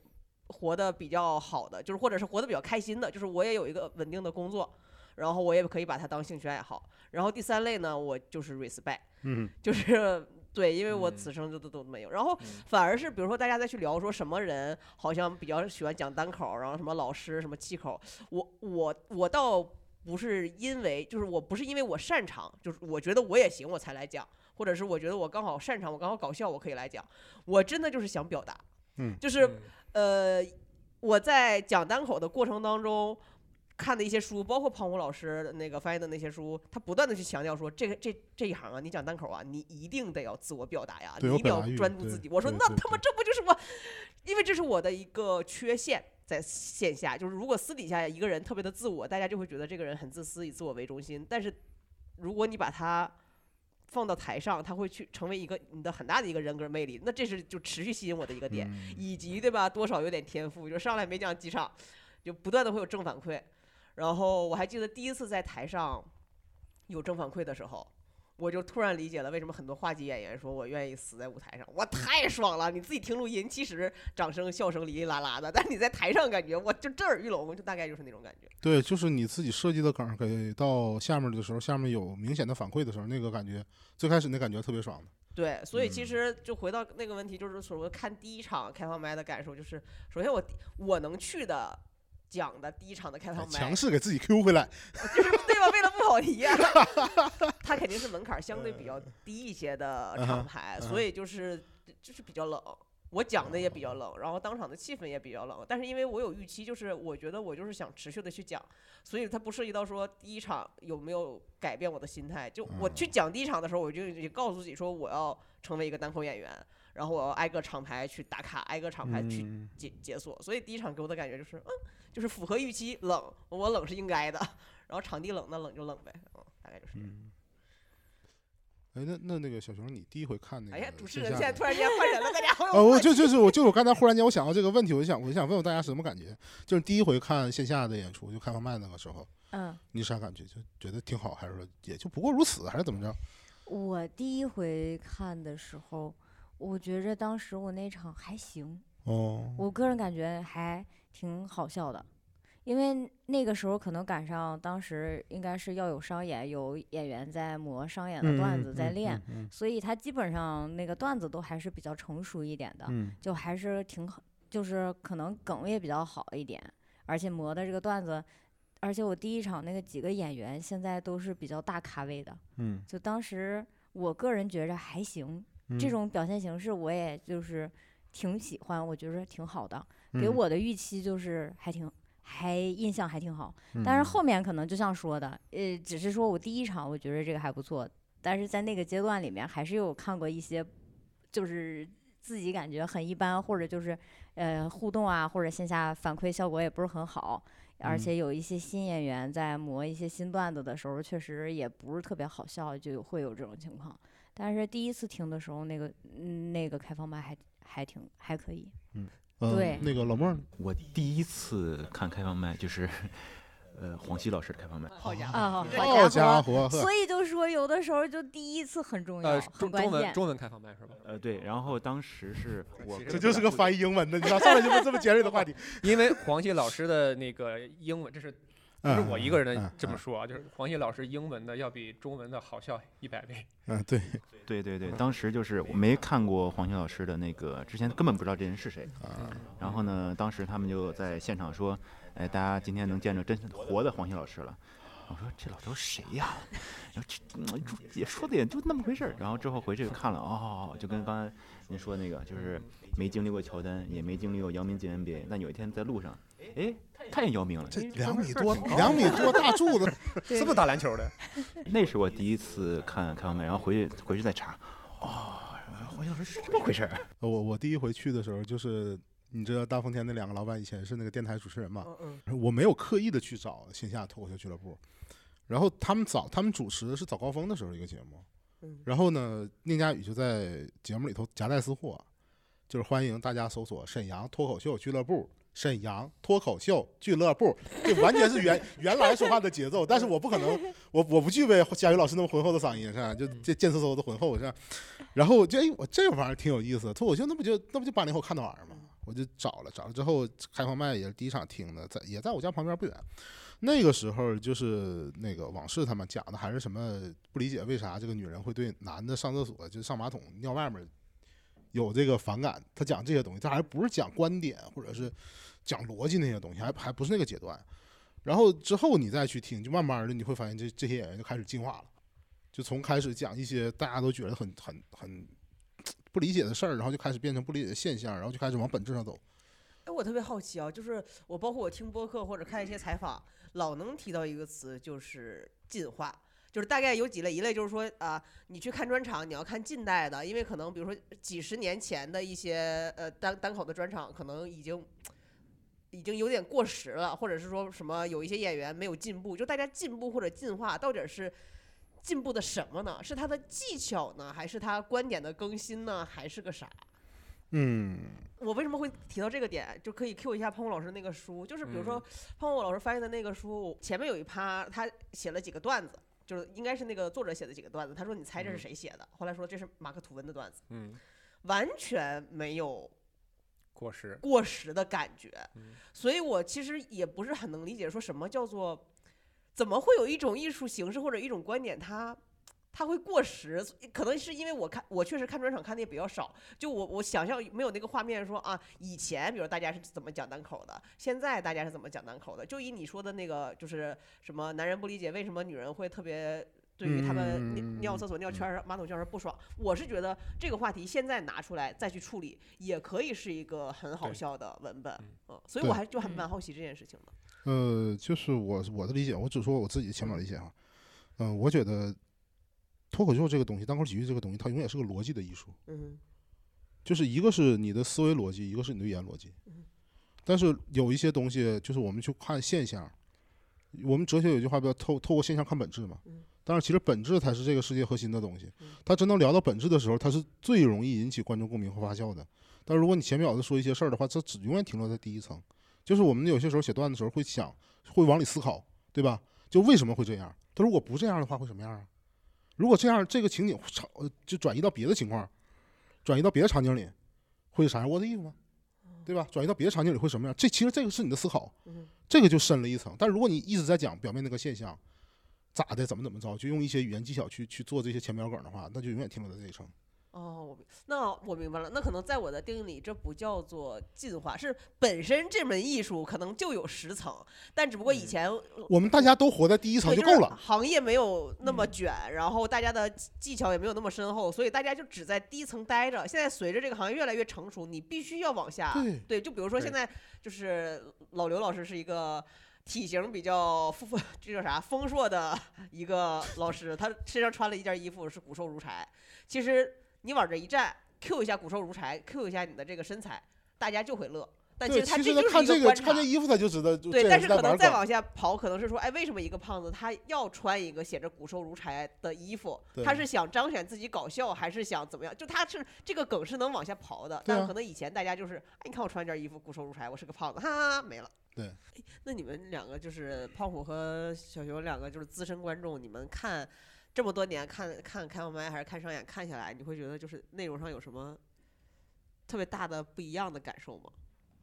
[SPEAKER 1] 活得比较好的，就是或者是活得比较开心的，就是我也有一个稳定的工作，然后我也可以把它当兴趣爱好。然后第三类呢，我就是 respect，
[SPEAKER 3] 嗯，
[SPEAKER 1] 就是 对，因为我
[SPEAKER 5] 嗯
[SPEAKER 1] 此生就都都没有。然后
[SPEAKER 5] 嗯
[SPEAKER 1] 反而是比如说大家再去聊说什么人好像比较喜欢讲单口，然后什么老师什么气口，我我我倒不是因为就是我不是因为我擅长，就是我觉得我也行我才来讲，或者是我觉得我刚好擅长，我刚好搞笑我可以来讲，我真的就是想表达，
[SPEAKER 3] 嗯
[SPEAKER 1] 就是
[SPEAKER 5] 嗯
[SPEAKER 1] 呃，我在讲单口的过程当中看的一些书，包括胖虎老师那个翻译的那些书，他不断的去强调说，这个这这一行啊，你讲单口啊，你一定得要自我表达呀，
[SPEAKER 3] 对
[SPEAKER 1] 你
[SPEAKER 3] 有
[SPEAKER 1] 一定
[SPEAKER 3] 表
[SPEAKER 1] 要
[SPEAKER 3] 达欲
[SPEAKER 1] 专注
[SPEAKER 3] 对
[SPEAKER 1] 自己。我说
[SPEAKER 3] 对
[SPEAKER 1] 那
[SPEAKER 3] 对
[SPEAKER 1] 他妈
[SPEAKER 3] 对
[SPEAKER 1] 这不就是我？因为这是我的一个缺陷。在线下，就是如果私底下一个人特别的自我，大家就会觉得这个人很自私，以自我为中心。但是，如果你把他放到台上，他会去成为一个你的很大的一个人格魅力，那这是就持续吸引我的一个点。
[SPEAKER 3] 嗯
[SPEAKER 1] 以及对吧，多少有点天赋，就上来没讲几场，就不断的会有正反馈。然后我还记得第一次在台上有正反馈的时候，我就突然理解了为什么很多话剧演员说我愿意死在舞台上，我太爽了。你自己听录音，其实掌声、笑声哩哩啦啦的，但你在台上感觉我就震耳欲聋，就大概就是那种感觉。
[SPEAKER 3] 对，就是你自己设计的梗儿，给到下面的时候，下面有明显的反馈的时候，那个感觉，最开始那感觉特别爽的。
[SPEAKER 1] 对，所以其
[SPEAKER 3] 嗯
[SPEAKER 1] 实就回到那个问题，就是所谓看第一场开放麦的感受，就是首先我第我能去的讲的第一场的开
[SPEAKER 3] 哎
[SPEAKER 1] 放麦，
[SPEAKER 3] 强势给自己 Q 回来，
[SPEAKER 1] 就是 对吧？为了不跑 题啊，它肯定是门槛相对比较低一些的厂牌，
[SPEAKER 3] 嗯哼
[SPEAKER 1] 所以就是就是比较冷。我讲的也比较冷，然后当场的气氛也比较冷，但是因为我有预期，就是我觉得我就是想持续的去讲，所以它不涉及到说第一场有没有改变我的心态。就我
[SPEAKER 3] 嗯
[SPEAKER 1] 去讲第一场的时候，我就已经告诉自己说我要成为一个单口演员，然后我要挨个厂牌去打卡，挨个厂牌去
[SPEAKER 3] 嗯，
[SPEAKER 1] 解解锁，所以第一场给我的感觉就是，嗯，就是符合预期，冷，我冷是应该的， 然后场地冷，那冷就冷呗，嗯，大概就是这样。
[SPEAKER 3] 嗯。哎，那那那个小熊，你第一回看那个？
[SPEAKER 1] 哎呀，主持人现在突然间换人了，大家好有
[SPEAKER 3] 啊，我
[SPEAKER 1] 默契
[SPEAKER 3] 就就是我就是我刚才忽然间我想到这个问题，我就想我就想问问大家什么感觉？就是第一回看线下的演出，就开放麦那个时候，
[SPEAKER 4] 嗯，
[SPEAKER 3] 你啥感觉？就觉得挺好，还是说也就不过如此，还是怎么着？
[SPEAKER 4] 我第一回看的时候，我觉着当时我那场还行，
[SPEAKER 3] 哦，
[SPEAKER 4] 我个人感觉还挺好笑的，因为那个时候可能赶上当时应该是要有商演，有演员在磨商演的段子在练，
[SPEAKER 3] 嗯，
[SPEAKER 4] 所以他基本上那个段子都还是比较成熟一点的，
[SPEAKER 3] 嗯
[SPEAKER 4] 就还是挺好，就是可能梗也比较好一点，而且磨的这个段子，而且我第一场那个几个演员现在都是比较大咖位的，
[SPEAKER 3] 嗯
[SPEAKER 4] 就当时我个人觉着还行，
[SPEAKER 3] 嗯
[SPEAKER 4] 这种表现形式我也就是挺喜欢，我觉着挺好的，
[SPEAKER 3] 嗯
[SPEAKER 4] 给，我的预期就是还挺。还印象还挺好，
[SPEAKER 3] 嗯
[SPEAKER 4] 但是后面可能就像说的，呃，只是说我第一场我觉得这个还不错，但是在那个阶段里面还是有看过一些，就是自己感觉很一般，或者就是呃互动啊，或者线下反馈效果也不是很好，而
[SPEAKER 3] 嗯
[SPEAKER 4] 且有一些新演员在磨一些新段子的时候，确实也不是特别好笑，就有会有这种情况。但是第一次听的时候，那个嗯那个开放麦还还挺还可以，
[SPEAKER 3] 嗯
[SPEAKER 4] 对
[SPEAKER 3] 那个老莫儿，
[SPEAKER 6] 我第一次看开放麦就是，呃，黄西老师的开放麦，
[SPEAKER 1] 好家伙，
[SPEAKER 4] 啊，
[SPEAKER 1] 哦好
[SPEAKER 3] 哦好
[SPEAKER 4] 家
[SPEAKER 3] 家伙，呵
[SPEAKER 4] 所以就说有的时候就第一次很重要，
[SPEAKER 5] 呃，
[SPEAKER 4] 很
[SPEAKER 5] 中
[SPEAKER 4] 关
[SPEAKER 5] 中
[SPEAKER 4] 键
[SPEAKER 5] 文。中文开放麦是吧？
[SPEAKER 6] 呃，对，然后当时是我
[SPEAKER 5] 其实
[SPEAKER 3] 这
[SPEAKER 5] 这
[SPEAKER 3] 就是个翻译英文的，你知道，上来就问这么尖锐的话题，
[SPEAKER 5] 因为黄西老师的那个英文，这是不是我一个
[SPEAKER 3] 嗯
[SPEAKER 5] 人这么，说啊？就是黄西老师英文的要比中文的好笑一百倍。
[SPEAKER 3] 嗯嗯嗯，对，
[SPEAKER 6] 对对对，当时就是我没看过黄西老师的那个，之前根本不知道这人是谁。
[SPEAKER 3] 啊，
[SPEAKER 6] 然后呢，当时他们就在现场说：“哎，大家今天能见着真活的黄西老师了。”我说：“这老头谁呀、然后这嗯也说的也就那么回事儿。然后之后回去看了，哦，就跟刚才您说那个，就是没经历过乔丹，也没经历过姚明进 NBA，但有一天在路上，哎，看见姚明了。
[SPEAKER 3] 这两米多，两米多大柱子，
[SPEAKER 5] 是不是打篮球的？
[SPEAKER 6] 那是我第一次看开放麦，然后回去回去再查，哦，黄西老师是这么回事儿。
[SPEAKER 3] 我我第一回去的时候，就是你知道大风天那两个老板以前是那个电台主持人嘛，
[SPEAKER 1] 嗯嗯，
[SPEAKER 3] 我没有刻意的去找线下脱口秀俱乐部，然后他们早他们主持的是早高峰的时候一个节目，
[SPEAKER 1] 嗯
[SPEAKER 3] 然后呢，宁佳宇就在节目里头夹带私货，就是欢迎大家搜索沈阳脱口秀俱乐部。沈阳脱口秀俱乐部，这完全是原原来说话的节奏，但是我不可能，我我不具备佳宇老师那么浑厚的嗓音，是吧？就这贱嗖嗖的浑厚，是吧？然后我就哎，我这玩意儿挺有意思的，脱口秀那不就那不就八零后看的玩意儿吗？我我就找了，找了之后开放麦也是第一场听的，在也在我家旁边不远。那个时候就是那个往事他们讲的还是什么不理解为啥这个女人会对男的上厕所就上马桶尿外面有这个反感，他讲这些东西，他还不是讲观点或者是讲逻辑那些东西，还还不是那个阶段。然后之后你再去听，就慢慢的你会发现这这些演员就开始进化了，就从开始讲一些大家都觉得很很很不理解的事儿，然后就开始变成不理解的现象，然后就开始往本质上走。
[SPEAKER 1] 哎，我特别好奇啊，就是我包括我听播客或者看一些采访，老能提到一个词，就是进化。就是大概有几类，一类就是说啊、你去看专场，你要看近代的，因为可能比如说几十年前的一些呃单单口的专场，可能已经已经有点过时了，或者是说什么有一些演员没有进步，就大家进步或者进化到底是进步的什么呢？是他的技巧呢，还是他观点的更新呢，还是个啥？
[SPEAKER 3] 嗯，
[SPEAKER 1] 我为什么会提到这个点，就可以 Q 一下潘虹老师那个书，就是比如说
[SPEAKER 5] 嗯
[SPEAKER 1] 潘虹老师翻译的那个书，前面有一趴他写了几个段子，就是应该是那个作者写的几个段子。他说你猜这是
[SPEAKER 5] 嗯
[SPEAKER 1] 谁写的？后来说这是马克吐温的段子，
[SPEAKER 5] 嗯，
[SPEAKER 1] 完全没有
[SPEAKER 5] 过时，
[SPEAKER 1] 过时的感觉
[SPEAKER 5] 嗯。
[SPEAKER 1] 所以我其实也不是很能理解，说什么叫做怎么会有一种艺术形式或者一种观点，它它会过时？可能是因为我看我确实看专场看的也比较少，就我我想象没有那个画面说啊，以前比如大家是怎么讲单口的，现在大家是怎么讲单口的？就以你说的那个就是什么男人不理解为什么女人会特别。对于他们尿
[SPEAKER 3] 嗯
[SPEAKER 1] 尿厕所、尿圈儿、马桶圈儿不爽，我是觉得这个话题现在拿出来再去处理，也可以是一个很好
[SPEAKER 5] 对
[SPEAKER 1] 笑的文本，嗯，所以
[SPEAKER 3] 对
[SPEAKER 1] 我还就还蛮
[SPEAKER 2] 嗯
[SPEAKER 1] 好奇这件事情的。
[SPEAKER 3] 呃，就是我我的理解，我只说我自己的浅表理解哈。嗯、我觉得脱口秀这个东西，单口喜剧这个东西，它永远是个逻辑的艺术。
[SPEAKER 1] 嗯
[SPEAKER 3] 就是一个是你的思维逻辑，一个是你的语言逻辑
[SPEAKER 1] 嗯。
[SPEAKER 3] 但是有一些东西，就是我们去看现象，我们哲学有句话不叫透透过现象看本质嘛
[SPEAKER 1] 嗯。
[SPEAKER 3] 但是其实本质才是这个世界核心的东西
[SPEAKER 1] 嗯。
[SPEAKER 3] 它真能聊到本质的时候，它是最容易引起观众共鸣和发酵的。但如果你前面老是说一些事儿的话，这只永远停留在第一层。就是我们有些时候写段的时候会想，会往里思考，对吧？就为什么会这样？他如果不这样的话会什么样啊？如果这样，这个情景操呃就转移到别的情况，转移到别的场景里，会是啥样？What if 吗？对吧？转移到别的场景里会什么样？这其实这个是你的思考，
[SPEAKER 1] 嗯
[SPEAKER 3] 这个就深了一层。但如果你一直在讲表面那个现象，咋的，怎么怎么着，就用一些语言技巧去去做这些前标梗的话，那就永远停留在这一层。
[SPEAKER 1] 哦，我明那我明白了，那可能在我的定义里，这不叫做进化，是本身这门艺术可能就有十层，但只不过以
[SPEAKER 5] 嗯
[SPEAKER 1] 前
[SPEAKER 3] 我们大家都活在第一层
[SPEAKER 1] 对
[SPEAKER 3] 就
[SPEAKER 1] 就是
[SPEAKER 3] 够了。
[SPEAKER 1] 行业没有那么卷，然后大家的技技巧也没有那么深厚，所以大家就只在第一层待着。现在随着这个行业越来越成熟，你必须要往下。
[SPEAKER 3] 对
[SPEAKER 1] 就比如说现
[SPEAKER 5] 对
[SPEAKER 1] 在就是老刘老师是一个。体型比较丰，这叫啥丰硕的 一个老师，他身上穿了一件衣服是骨瘦如柴。其实你往这一站，Q 一下骨瘦如柴，Q 一下你的这个身材，大家就会乐。但其
[SPEAKER 3] 对，
[SPEAKER 1] 实他
[SPEAKER 3] 其
[SPEAKER 1] 这
[SPEAKER 3] 实
[SPEAKER 1] 就
[SPEAKER 3] 他
[SPEAKER 1] 是一
[SPEAKER 3] 看这
[SPEAKER 1] 观察。
[SPEAKER 3] 看这衣服他就知道，就这
[SPEAKER 1] 对，
[SPEAKER 3] 人
[SPEAKER 1] 但是
[SPEAKER 3] 在
[SPEAKER 1] 可能
[SPEAKER 3] 玩
[SPEAKER 1] 再
[SPEAKER 3] 梗
[SPEAKER 1] 往下刨，可能是说，哎，为什么一个胖子他要穿一个写着“骨瘦如柴”的衣服？
[SPEAKER 3] 对
[SPEAKER 1] 他是想彰显自己搞笑，还是想怎么样？就他是这个梗是能往下刨的，但
[SPEAKER 3] 啊
[SPEAKER 1] 可能以前大家就是，哎，你看我穿这件衣服，骨瘦如柴，我是个胖子，哈哈哈，没了。
[SPEAKER 3] 对
[SPEAKER 1] 哎，那你们两个就是胖虎和小熊两个就是资深观众，你们看这么多年看看开放麦还是看商演看下来，你会觉得就是内容上有什么特别大的不一样的感受吗？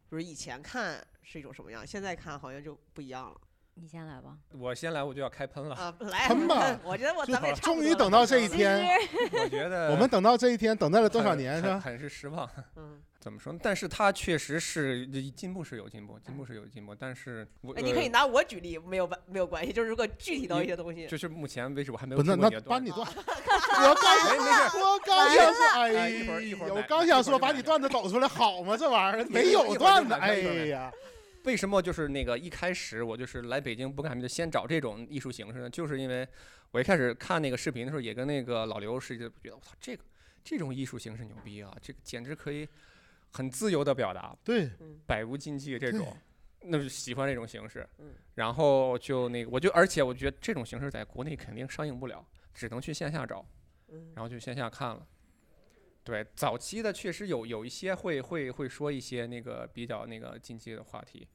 [SPEAKER 1] 就是以前看是一种什么样，现在看好像就不一 样了
[SPEAKER 4] 你先来吧。
[SPEAKER 5] 我先来我就要开喷了。
[SPEAKER 1] 啊！来，
[SPEAKER 3] 喷吧
[SPEAKER 1] 我觉得我
[SPEAKER 3] 就
[SPEAKER 1] 咱们也
[SPEAKER 3] 好
[SPEAKER 1] 差不
[SPEAKER 3] 终
[SPEAKER 1] 多
[SPEAKER 3] 于
[SPEAKER 1] 了
[SPEAKER 3] 等到这一
[SPEAKER 1] 差不
[SPEAKER 4] 其
[SPEAKER 1] 多了
[SPEAKER 3] 天
[SPEAKER 4] 实
[SPEAKER 5] 我觉得
[SPEAKER 3] 我们等到这一天，等待了多少
[SPEAKER 5] 很
[SPEAKER 3] 年是
[SPEAKER 5] 很
[SPEAKER 3] 吧？
[SPEAKER 5] 很是失望。
[SPEAKER 1] 嗯，
[SPEAKER 5] 怎么说呢？但是它确实是进步是有进步，进步是有进步，但是我、
[SPEAKER 1] 哎，你可以
[SPEAKER 5] 呃
[SPEAKER 1] 拿我举例，没有办没有关系，就是如果具体到一
[SPEAKER 5] 你
[SPEAKER 1] 些东西，
[SPEAKER 5] 呃就是目前为止我还没有
[SPEAKER 3] 不
[SPEAKER 5] 听
[SPEAKER 3] 是，那
[SPEAKER 5] 过你的
[SPEAKER 3] 把
[SPEAKER 5] 段
[SPEAKER 3] 你
[SPEAKER 5] 子。
[SPEAKER 3] 段，我刚
[SPEAKER 5] 没没事，
[SPEAKER 3] 我刚想说，
[SPEAKER 5] 哎
[SPEAKER 3] 哎
[SPEAKER 5] 一会儿一会儿
[SPEAKER 3] 呀
[SPEAKER 5] 买
[SPEAKER 3] 我刚想
[SPEAKER 5] 一会
[SPEAKER 3] 说
[SPEAKER 5] 儿就
[SPEAKER 3] 把
[SPEAKER 5] 买
[SPEAKER 3] 你段子抖出来，好吗？这玩意儿没
[SPEAKER 5] 一会
[SPEAKER 3] 有
[SPEAKER 5] 儿就
[SPEAKER 3] 段子，
[SPEAKER 5] 买
[SPEAKER 3] 哎
[SPEAKER 5] 一会儿就买
[SPEAKER 3] 呀，
[SPEAKER 5] 为什么就是那个一开始我就是来北京不干什么就先找这种艺术形式呢？就是因为我一开始看那个视频的时候，也跟那个老刘是一个觉得我操这个这种艺术形式牛逼啊，这个简直可以很自由的表达，
[SPEAKER 3] 对，
[SPEAKER 5] 百无禁忌这种，那就喜欢这种形式
[SPEAKER 1] 嗯。
[SPEAKER 5] 然后就那个，我就而且我觉得这种形式在国内肯定上映不了，只能去线下找，
[SPEAKER 1] 嗯
[SPEAKER 5] 然后去线下看了。对，早期的确实有有一些会会会说一些那个比较那个禁忌的话题，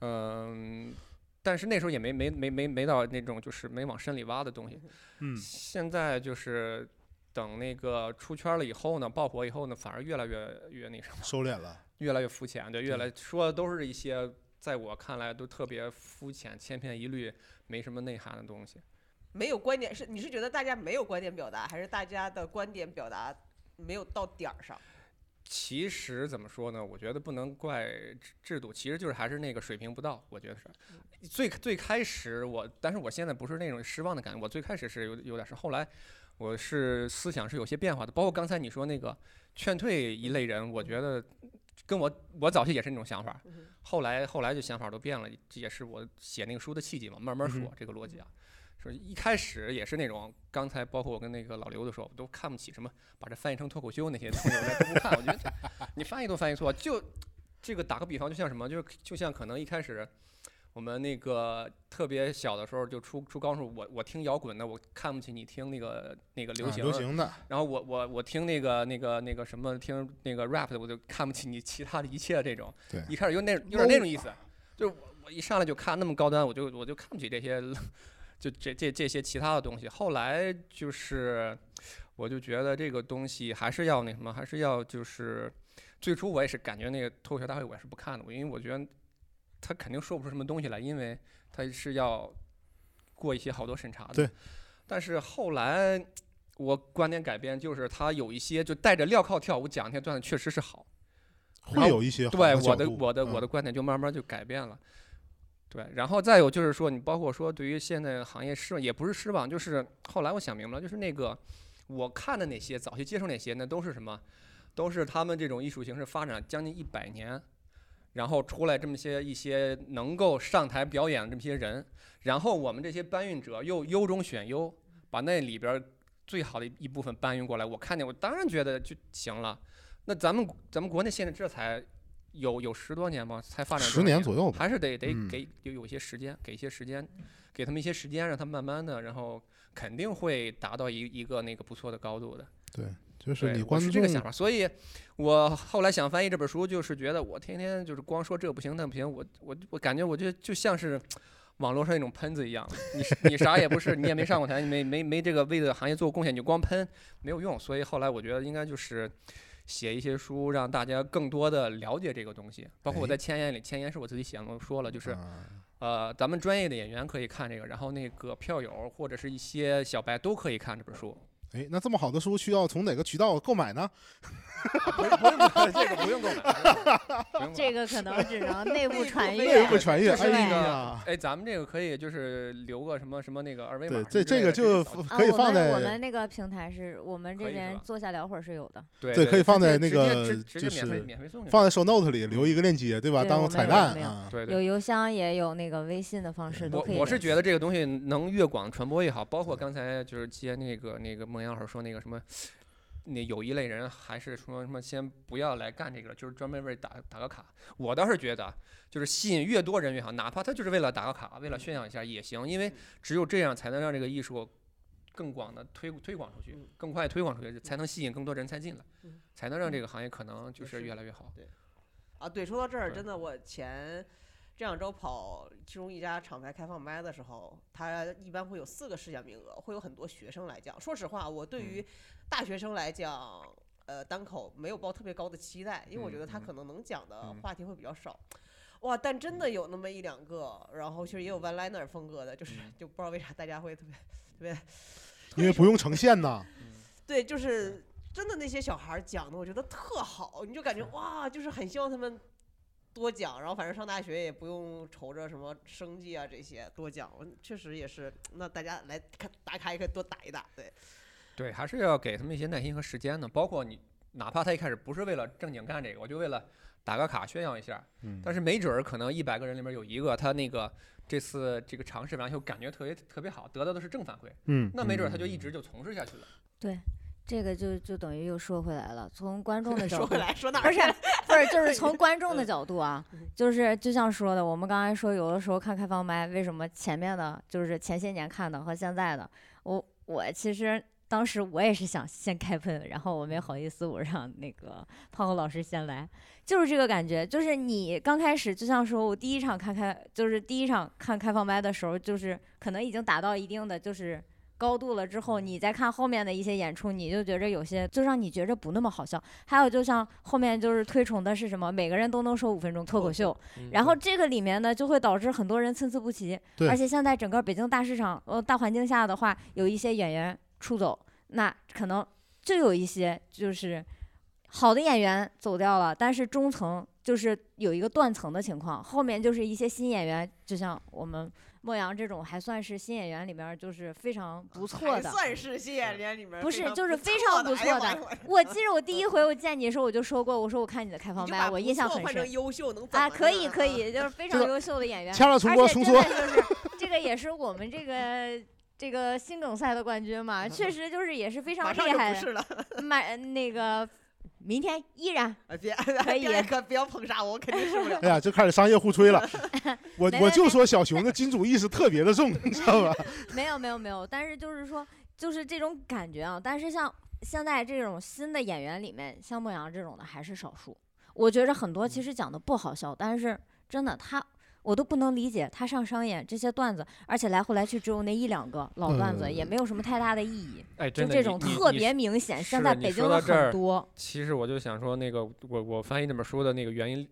[SPEAKER 5] 嗯，但是那时候也没没没没没到那种就是没往深里挖的东西。
[SPEAKER 3] 嗯
[SPEAKER 5] 现在就是等那个出圈了以后呢，爆火以后呢，反而越来越越那什么，
[SPEAKER 3] 收敛了。
[SPEAKER 5] 越来越肤浅，对，
[SPEAKER 3] 对
[SPEAKER 5] 越来说的都是一些在我看来都特别肤浅、千篇一律、没什么内涵的东西。
[SPEAKER 1] 没有观点是你是觉得大家没有观点表达，还是大家的观点表达没有到点儿上？
[SPEAKER 5] 其实怎么说呢？我觉得不能怪制制度，其实就是还是那个水平不到。我觉得是最最开始我，但是我现在不是那种失望的感觉。我最开始是有有点是，后来我是思想是有些变化的。包括刚才你说那个劝退一类人，我觉得跟我我早期也是那种想法，
[SPEAKER 1] 嗯
[SPEAKER 5] 后来后来就想法都变了，这也是我写那个书的契机嘛，慢慢
[SPEAKER 3] 嗯
[SPEAKER 5] 说、
[SPEAKER 3] 哼
[SPEAKER 5] 这个逻辑啊。说一开始也是那种，刚才包括我跟那个老刘都说，我都看不起什么把这翻译成脱口秀那些东西，我都不看。我觉得这你翻译都翻译错，就这个打个比方，就像什么，就是就像可能一开始我们那个特别小的时候，就初初高时候，我我听摇滚的，我看不起你听那个那个流
[SPEAKER 3] 啊
[SPEAKER 5] 行，
[SPEAKER 3] 流行的，
[SPEAKER 5] 然后我我我听那个那个那个什么听那个 rap 的，我就看不起你其他的一切这种。
[SPEAKER 3] 对
[SPEAKER 5] 一开始有那有点那种意思，就是我我一上来就看那么高端，我就我就看不起这些， 就这这这些其他的东西。后来就是，我就觉得这个东西还是要那什么，还是要就是，最初我也是感觉那个脱口秀大会我也是不看的，我因为我觉得他肯定说不出什么东西来，因为他是要过一些好多审查的。
[SPEAKER 3] 对。
[SPEAKER 5] 但是后来我观点改变，就是他有一些就带着镣铐跳舞讲那些段子确实是好，然
[SPEAKER 3] 会
[SPEAKER 5] 后
[SPEAKER 3] 有一些好嗯
[SPEAKER 5] 对
[SPEAKER 3] 角
[SPEAKER 5] 我的
[SPEAKER 3] 度
[SPEAKER 5] 我的我的观点就慢慢就改变了。对，然后再有就是说，你包括说对于现在行业失望，也不是失望，就是后来我想明白了，就是那个我看的那些早期接触那些，那都是什么？都是他们这种艺术形式发展将近一百年，然后出来这么些一些能够上台表演的这么些人，然后我们这些搬运者又优中选优，把那里边儿最好的一部分搬运过来。我看见，我当然觉得就行了。那咱们咱们国内现在这才有有十多年嘛，才发
[SPEAKER 3] 嗯
[SPEAKER 5] 展
[SPEAKER 3] 十年左右吧，
[SPEAKER 5] 还是得得
[SPEAKER 3] 嗯
[SPEAKER 5] 给有有一些时间，给一些时间，给他们一些时间，让他们慢慢的，然后肯定会达到一一个那个不错的高度的。
[SPEAKER 3] 就是
[SPEAKER 5] 对
[SPEAKER 3] 你
[SPEAKER 5] 我
[SPEAKER 3] 观
[SPEAKER 5] 是
[SPEAKER 3] 众
[SPEAKER 5] 这个想法，所以我后来想翻译这本书，就是觉得我天天就是光说这不行那不行，我我我感觉我就就像是网络上那种喷子一样，你是你啥也不是，你也没上过台，你没没没这个为这个行业做过贡献，你就光喷没有用。所以后来我觉得应该就是。写一些书，让大家更多的了解这个东西。包括我
[SPEAKER 3] 哎
[SPEAKER 5] 在前言里，前言是我自己写的，我说了，就是
[SPEAKER 3] 啊
[SPEAKER 5] 呃，咱们专业的演员可以看这个，然后那个票友或者是一些小白都可以看这本书。
[SPEAKER 3] 哎，那这么好的书需要从哪个渠道购买呢？
[SPEAKER 5] 不用不用，这个不用购买。不用购买
[SPEAKER 2] 这个可能只能内部传
[SPEAKER 1] 内
[SPEAKER 2] 阅
[SPEAKER 1] 部
[SPEAKER 3] 不。传阅，
[SPEAKER 2] 就是
[SPEAKER 3] 哎
[SPEAKER 2] 那个
[SPEAKER 3] 呀，
[SPEAKER 5] 哎，咱们这个可以就是留个什么什么那个二维码
[SPEAKER 3] 对，
[SPEAKER 5] 什么之
[SPEAKER 3] 这
[SPEAKER 5] 类的。
[SPEAKER 3] 这个就
[SPEAKER 5] 直接扫
[SPEAKER 4] 啊，
[SPEAKER 3] 可以
[SPEAKER 4] 我
[SPEAKER 3] 放
[SPEAKER 4] 们
[SPEAKER 3] 在
[SPEAKER 4] 我们那个平台是我们这
[SPEAKER 5] 可以是
[SPEAKER 4] 边
[SPEAKER 5] 吧
[SPEAKER 4] 坐下聊会儿是有的，
[SPEAKER 5] 对
[SPEAKER 3] 对可以放
[SPEAKER 5] 直接
[SPEAKER 3] 在那个
[SPEAKER 5] 直接直直
[SPEAKER 3] 就
[SPEAKER 5] 接免费
[SPEAKER 3] 是
[SPEAKER 5] 免费送给你
[SPEAKER 3] 放在 show note 里留一个链接，对吧？
[SPEAKER 4] 对
[SPEAKER 3] 当
[SPEAKER 4] 我
[SPEAKER 3] 彩
[SPEAKER 4] 们
[SPEAKER 3] 蛋
[SPEAKER 4] 有没有
[SPEAKER 3] 啊。
[SPEAKER 5] 对
[SPEAKER 4] 有
[SPEAKER 5] 对。
[SPEAKER 4] 邮箱也有那个微信的方式都
[SPEAKER 5] 嗯我
[SPEAKER 4] 可以联系。
[SPEAKER 5] 我是觉得这个东西能越广传播越好，包括刚才就是接那个那个孟阳老师说那个什么，那有一类人还是说什么先不要来干这个，就是专门为打打个卡。我倒是觉得，啊就是吸引越多人越好，哪怕他就是为了打个卡，为
[SPEAKER 1] 嗯
[SPEAKER 5] 了炫耀一下也行，因为只有这样才能让这个艺术更广的推推广出去
[SPEAKER 1] 嗯，
[SPEAKER 5] 更快地推广出去，才能吸引更多人才进来
[SPEAKER 1] 嗯，
[SPEAKER 5] 才能让这个行业可能就
[SPEAKER 1] 也
[SPEAKER 5] 是
[SPEAKER 1] 是
[SPEAKER 5] 越来越好。
[SPEAKER 1] 啊，对，说到这儿，
[SPEAKER 5] 对
[SPEAKER 1] 真的，我前这两周跑其中一家厂牌开放麦的时候，他一般会有四个试讲名额，会有很多学生来讲。说实话，我对
[SPEAKER 5] 嗯
[SPEAKER 1] 于大学生来讲，呃，单口没有抱特别高的期待，因为我觉
[SPEAKER 5] 嗯
[SPEAKER 1] 得他
[SPEAKER 5] 嗯
[SPEAKER 1] 可能能讲的
[SPEAKER 5] 嗯
[SPEAKER 1] 话题会比较少。哇，但真的有那么一两个，然后其实也有 one liner 风格的，就是
[SPEAKER 5] 嗯
[SPEAKER 1] 就不知道为啥大家会特别特别
[SPEAKER 3] 因为不用呈现呐，
[SPEAKER 1] 对，就是真的那些小孩儿讲的，我觉得特好，你就感觉哇，就是很希望他们多讲，然后反正上大学也不用愁着什么生计啊这些，多讲，我确实也是，那大家来看打卡也可以多打一打，对，
[SPEAKER 5] 对，还是要给他们一些耐心和时间的。包括你，哪怕他一开始不是为了正经干这个，我就为了打个卡炫耀一下。
[SPEAKER 3] 嗯
[SPEAKER 5] 但是没准儿可能一百个人里面有一个，他那个这次这个尝试完以后感觉特别特别好，得到的是正反馈，
[SPEAKER 3] 嗯，
[SPEAKER 5] 那没准儿他就一直就从事下去了。
[SPEAKER 4] 这个就就等于又说回来了，从观众的 角
[SPEAKER 1] 说
[SPEAKER 4] 度
[SPEAKER 1] 回，来说哪
[SPEAKER 4] 不
[SPEAKER 1] 儿
[SPEAKER 4] 是
[SPEAKER 1] 去了？ 嗯
[SPEAKER 4] 不是 就是从观众的角度啊，就是就像说的，我们刚才说有的时候看开放麦，为什么前面的就是前些年看的和现在的，我我其实。当时我也是想先开喷，然后我没好意思，我让那个胖虎老师先来，就是这个感觉，就是你刚开始就像说，我第一场看开，就是第一场看开放麦的时候，就是可能已经达到一定的就是高度了之后，
[SPEAKER 1] 嗯
[SPEAKER 4] 你再看后面的一些演出，你就觉着有些就让你觉着不那么好笑。还有就像后面就是推崇的是什么，每个人都能说五分钟脱口秀，
[SPEAKER 5] 嗯
[SPEAKER 4] 然后这个里面呢就会导致很多人参差不齐。
[SPEAKER 3] 对
[SPEAKER 4] 而且现在整个北京大市场呃大环境下的话，有一些演员出走，那可能就有一些就是好的演员走掉了，但是中层就是有一个断层的情况，后面就是一些新演员，就像我们莫阳这种还算是新演员里面儿就是非常不错
[SPEAKER 1] 啊还
[SPEAKER 4] 的。
[SPEAKER 1] 算是新演员啊里面
[SPEAKER 4] 不是
[SPEAKER 1] 非常
[SPEAKER 4] 就是
[SPEAKER 1] 错
[SPEAKER 4] 非常不
[SPEAKER 1] 的哎呀
[SPEAKER 4] 错
[SPEAKER 1] 妈
[SPEAKER 4] 的
[SPEAKER 1] 呀我
[SPEAKER 4] 我记得我第一回我见你的时候，我就说过，我说我看你的开
[SPEAKER 1] 你
[SPEAKER 4] 放
[SPEAKER 1] 就
[SPEAKER 4] 麦，
[SPEAKER 1] 把
[SPEAKER 4] 我
[SPEAKER 1] 不
[SPEAKER 4] 印象
[SPEAKER 1] 错
[SPEAKER 4] 很
[SPEAKER 1] 换成
[SPEAKER 4] 深。
[SPEAKER 1] 优秀能怎
[SPEAKER 4] 啊，
[SPEAKER 1] 么
[SPEAKER 4] 可
[SPEAKER 1] 呢
[SPEAKER 4] 以可，以，就是非常
[SPEAKER 3] 这个
[SPEAKER 4] 优秀的演员，
[SPEAKER 3] 掐了重
[SPEAKER 4] 而
[SPEAKER 3] 说
[SPEAKER 4] 且
[SPEAKER 3] 重
[SPEAKER 4] 真
[SPEAKER 3] 说
[SPEAKER 4] 的，就是这个也是我们这个这个新梗赛的冠军嘛，确实就是也是非
[SPEAKER 1] 啊
[SPEAKER 4] 常
[SPEAKER 1] 马上
[SPEAKER 4] 厉
[SPEAKER 1] 就
[SPEAKER 4] 害
[SPEAKER 1] 不
[SPEAKER 4] 的。
[SPEAKER 1] 是了，
[SPEAKER 4] 买那个明天依然
[SPEAKER 1] 哎别
[SPEAKER 4] 可以
[SPEAKER 1] 别可不要捧杀我，我肯定受不了。
[SPEAKER 3] 哎呀，就开始商业互 吹了。我
[SPEAKER 4] 没
[SPEAKER 3] 我
[SPEAKER 4] 没
[SPEAKER 3] 就
[SPEAKER 4] 没
[SPEAKER 3] 说小熊的君主意识特别的重，你知道吧？
[SPEAKER 4] 没有没有没有，但是就是说就是这种感觉啊。但是像现在这种新的演员里面，像莫阳这种的还是少数。我觉着很多
[SPEAKER 1] 嗯
[SPEAKER 4] 其实讲的不好笑，但是真的他。我都不能理解他上商演这些段子，而且来回来去只有那一两个老段子，
[SPEAKER 3] 呃
[SPEAKER 4] 也没有什么太大的意义。
[SPEAKER 5] 哎，
[SPEAKER 4] 就
[SPEAKER 5] 真的
[SPEAKER 4] 这
[SPEAKER 5] 你
[SPEAKER 4] 种
[SPEAKER 5] 你
[SPEAKER 4] 特
[SPEAKER 5] 你
[SPEAKER 4] 别明显，现
[SPEAKER 5] 是
[SPEAKER 4] 在
[SPEAKER 5] 你
[SPEAKER 4] 北
[SPEAKER 5] 说
[SPEAKER 4] 京
[SPEAKER 5] 到
[SPEAKER 4] 的
[SPEAKER 5] 这儿
[SPEAKER 4] 很多。
[SPEAKER 5] 其实我就想说，那个我我翻译那本书的那个原因，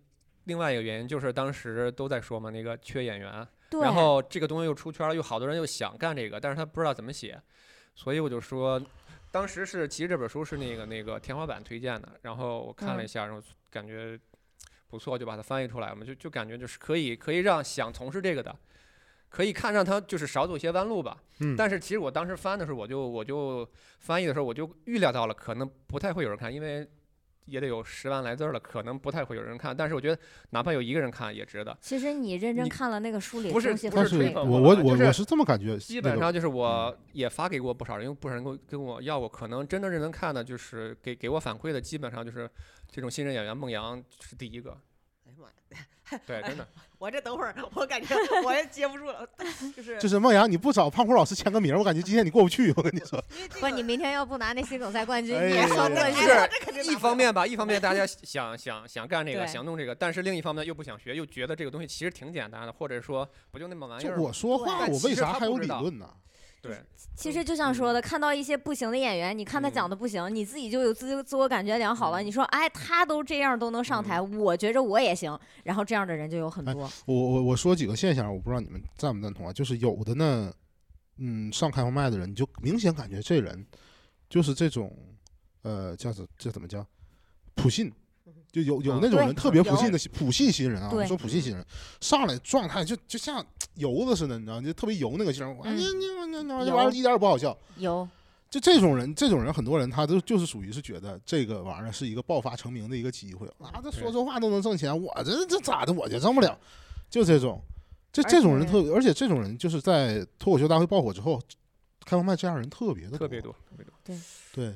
[SPEAKER 5] 另外一个原因就是当时都在说嘛，那个缺演员，
[SPEAKER 4] 对，
[SPEAKER 5] 然后这个东西又出圈了，又好多人又想干这个，但是他不知道怎么写，所以我就说，当时是其实这本书是那个那个天花板推荐的，然后我看了一下，然后感觉不错，就把它翻译出来了嘛，就就感觉就是可以可以让想从事这个的。可以看让他就是少走一些弯路吧，
[SPEAKER 3] 嗯
[SPEAKER 5] 但是其实我当时翻的时候，我就我就翻译的时候，我就预料到了可能不太会有人看，因为也得有十万来字儿了，可能不太会有人看。但是我觉得哪怕有一个人看也值得。
[SPEAKER 4] 其实你认真
[SPEAKER 5] 你
[SPEAKER 4] 看了那个书里
[SPEAKER 5] 不是
[SPEAKER 4] 东西
[SPEAKER 5] 不
[SPEAKER 4] 很
[SPEAKER 3] 但
[SPEAKER 5] 是
[SPEAKER 3] 是
[SPEAKER 5] 吹
[SPEAKER 4] 贵
[SPEAKER 5] 捧
[SPEAKER 3] 我
[SPEAKER 5] 我
[SPEAKER 3] 我
[SPEAKER 5] 吧
[SPEAKER 3] 我
[SPEAKER 5] 就是
[SPEAKER 3] 我是这么感觉，
[SPEAKER 5] 基
[SPEAKER 3] 那嗯
[SPEAKER 5] 本
[SPEAKER 3] 个
[SPEAKER 5] 上就是我也发给过不少人，因为不少人跟我跟我要过，可能真的是能看的，就是给给我反馈的，基本上就是这种新人演员孟阳是第一个。
[SPEAKER 1] 哎呀妈呀，
[SPEAKER 5] 对，真的，
[SPEAKER 1] 我这等会儿我感觉我也接不住了，就是
[SPEAKER 3] 就是孟阳，你不找胖虎老师签个名，我感觉今天你过不去。我跟你说，
[SPEAKER 1] 因为这
[SPEAKER 4] 不，
[SPEAKER 1] 个
[SPEAKER 4] 你明天要不拿那新梗赛冠军，
[SPEAKER 3] 哎
[SPEAKER 4] 你
[SPEAKER 3] 呀
[SPEAKER 4] 也
[SPEAKER 3] 呀
[SPEAKER 4] 说
[SPEAKER 3] 呀
[SPEAKER 4] 过
[SPEAKER 3] 呀
[SPEAKER 4] 去。
[SPEAKER 1] 哎我这肯定拿
[SPEAKER 5] 一
[SPEAKER 1] 不
[SPEAKER 5] 方
[SPEAKER 1] 了
[SPEAKER 5] 面吧，一方面大家想想想干这个，
[SPEAKER 4] 对
[SPEAKER 5] 想弄这个，但是另一方面又不想学，又觉得这个东西其实挺简单的，或者说不就那么玩意
[SPEAKER 3] 就
[SPEAKER 5] 儿吗。
[SPEAKER 3] 我说话，
[SPEAKER 5] 对
[SPEAKER 3] 我为啥还有
[SPEAKER 5] 哎
[SPEAKER 3] 理
[SPEAKER 5] 其实他不知道
[SPEAKER 3] 论呢？
[SPEAKER 5] 对，
[SPEAKER 4] 其实就像说
[SPEAKER 5] 嗯
[SPEAKER 4] 的，看到一些不行的演员，你看他讲的不行，你自己就有自自我感觉良好了。
[SPEAKER 5] 嗯
[SPEAKER 4] 你说，哎，他都这样都能上台，我觉着我也行。然后这样的人就有很
[SPEAKER 5] 哎
[SPEAKER 4] 多。
[SPEAKER 3] 我我我说几个现象，我不知道你们赞不赞同啊？就是有的呢，嗯，上开放麦的人，你就明显感觉这人就是这种，呃，叫怎这怎么叫，普信，就有有
[SPEAKER 5] 啊
[SPEAKER 3] 那
[SPEAKER 4] 嗯
[SPEAKER 3] 种
[SPEAKER 4] 对
[SPEAKER 3] 人特别普
[SPEAKER 4] 有
[SPEAKER 3] 信的普信新人啊，
[SPEAKER 4] 对
[SPEAKER 3] 我说普信新人上来状态就就像油子似的，你知道，就特别油那个劲儿，哎
[SPEAKER 4] 嗯
[SPEAKER 3] 你你你你这
[SPEAKER 4] 油
[SPEAKER 3] 玩意儿一点儿也不好笑。
[SPEAKER 4] 有，
[SPEAKER 3] 就这种人，这种人很多人他都就是属于是觉得这个玩意儿是一个爆发成名的一个机会啊，这说说话都能挣钱，我这这咋的我就挣不了，就这种，这
[SPEAKER 4] 而
[SPEAKER 3] 这种人
[SPEAKER 4] 且
[SPEAKER 3] 特，而且这种人就是在脱口秀大会爆火之后，开放麦这样人特别的
[SPEAKER 5] 特别多，特别多。
[SPEAKER 3] 对。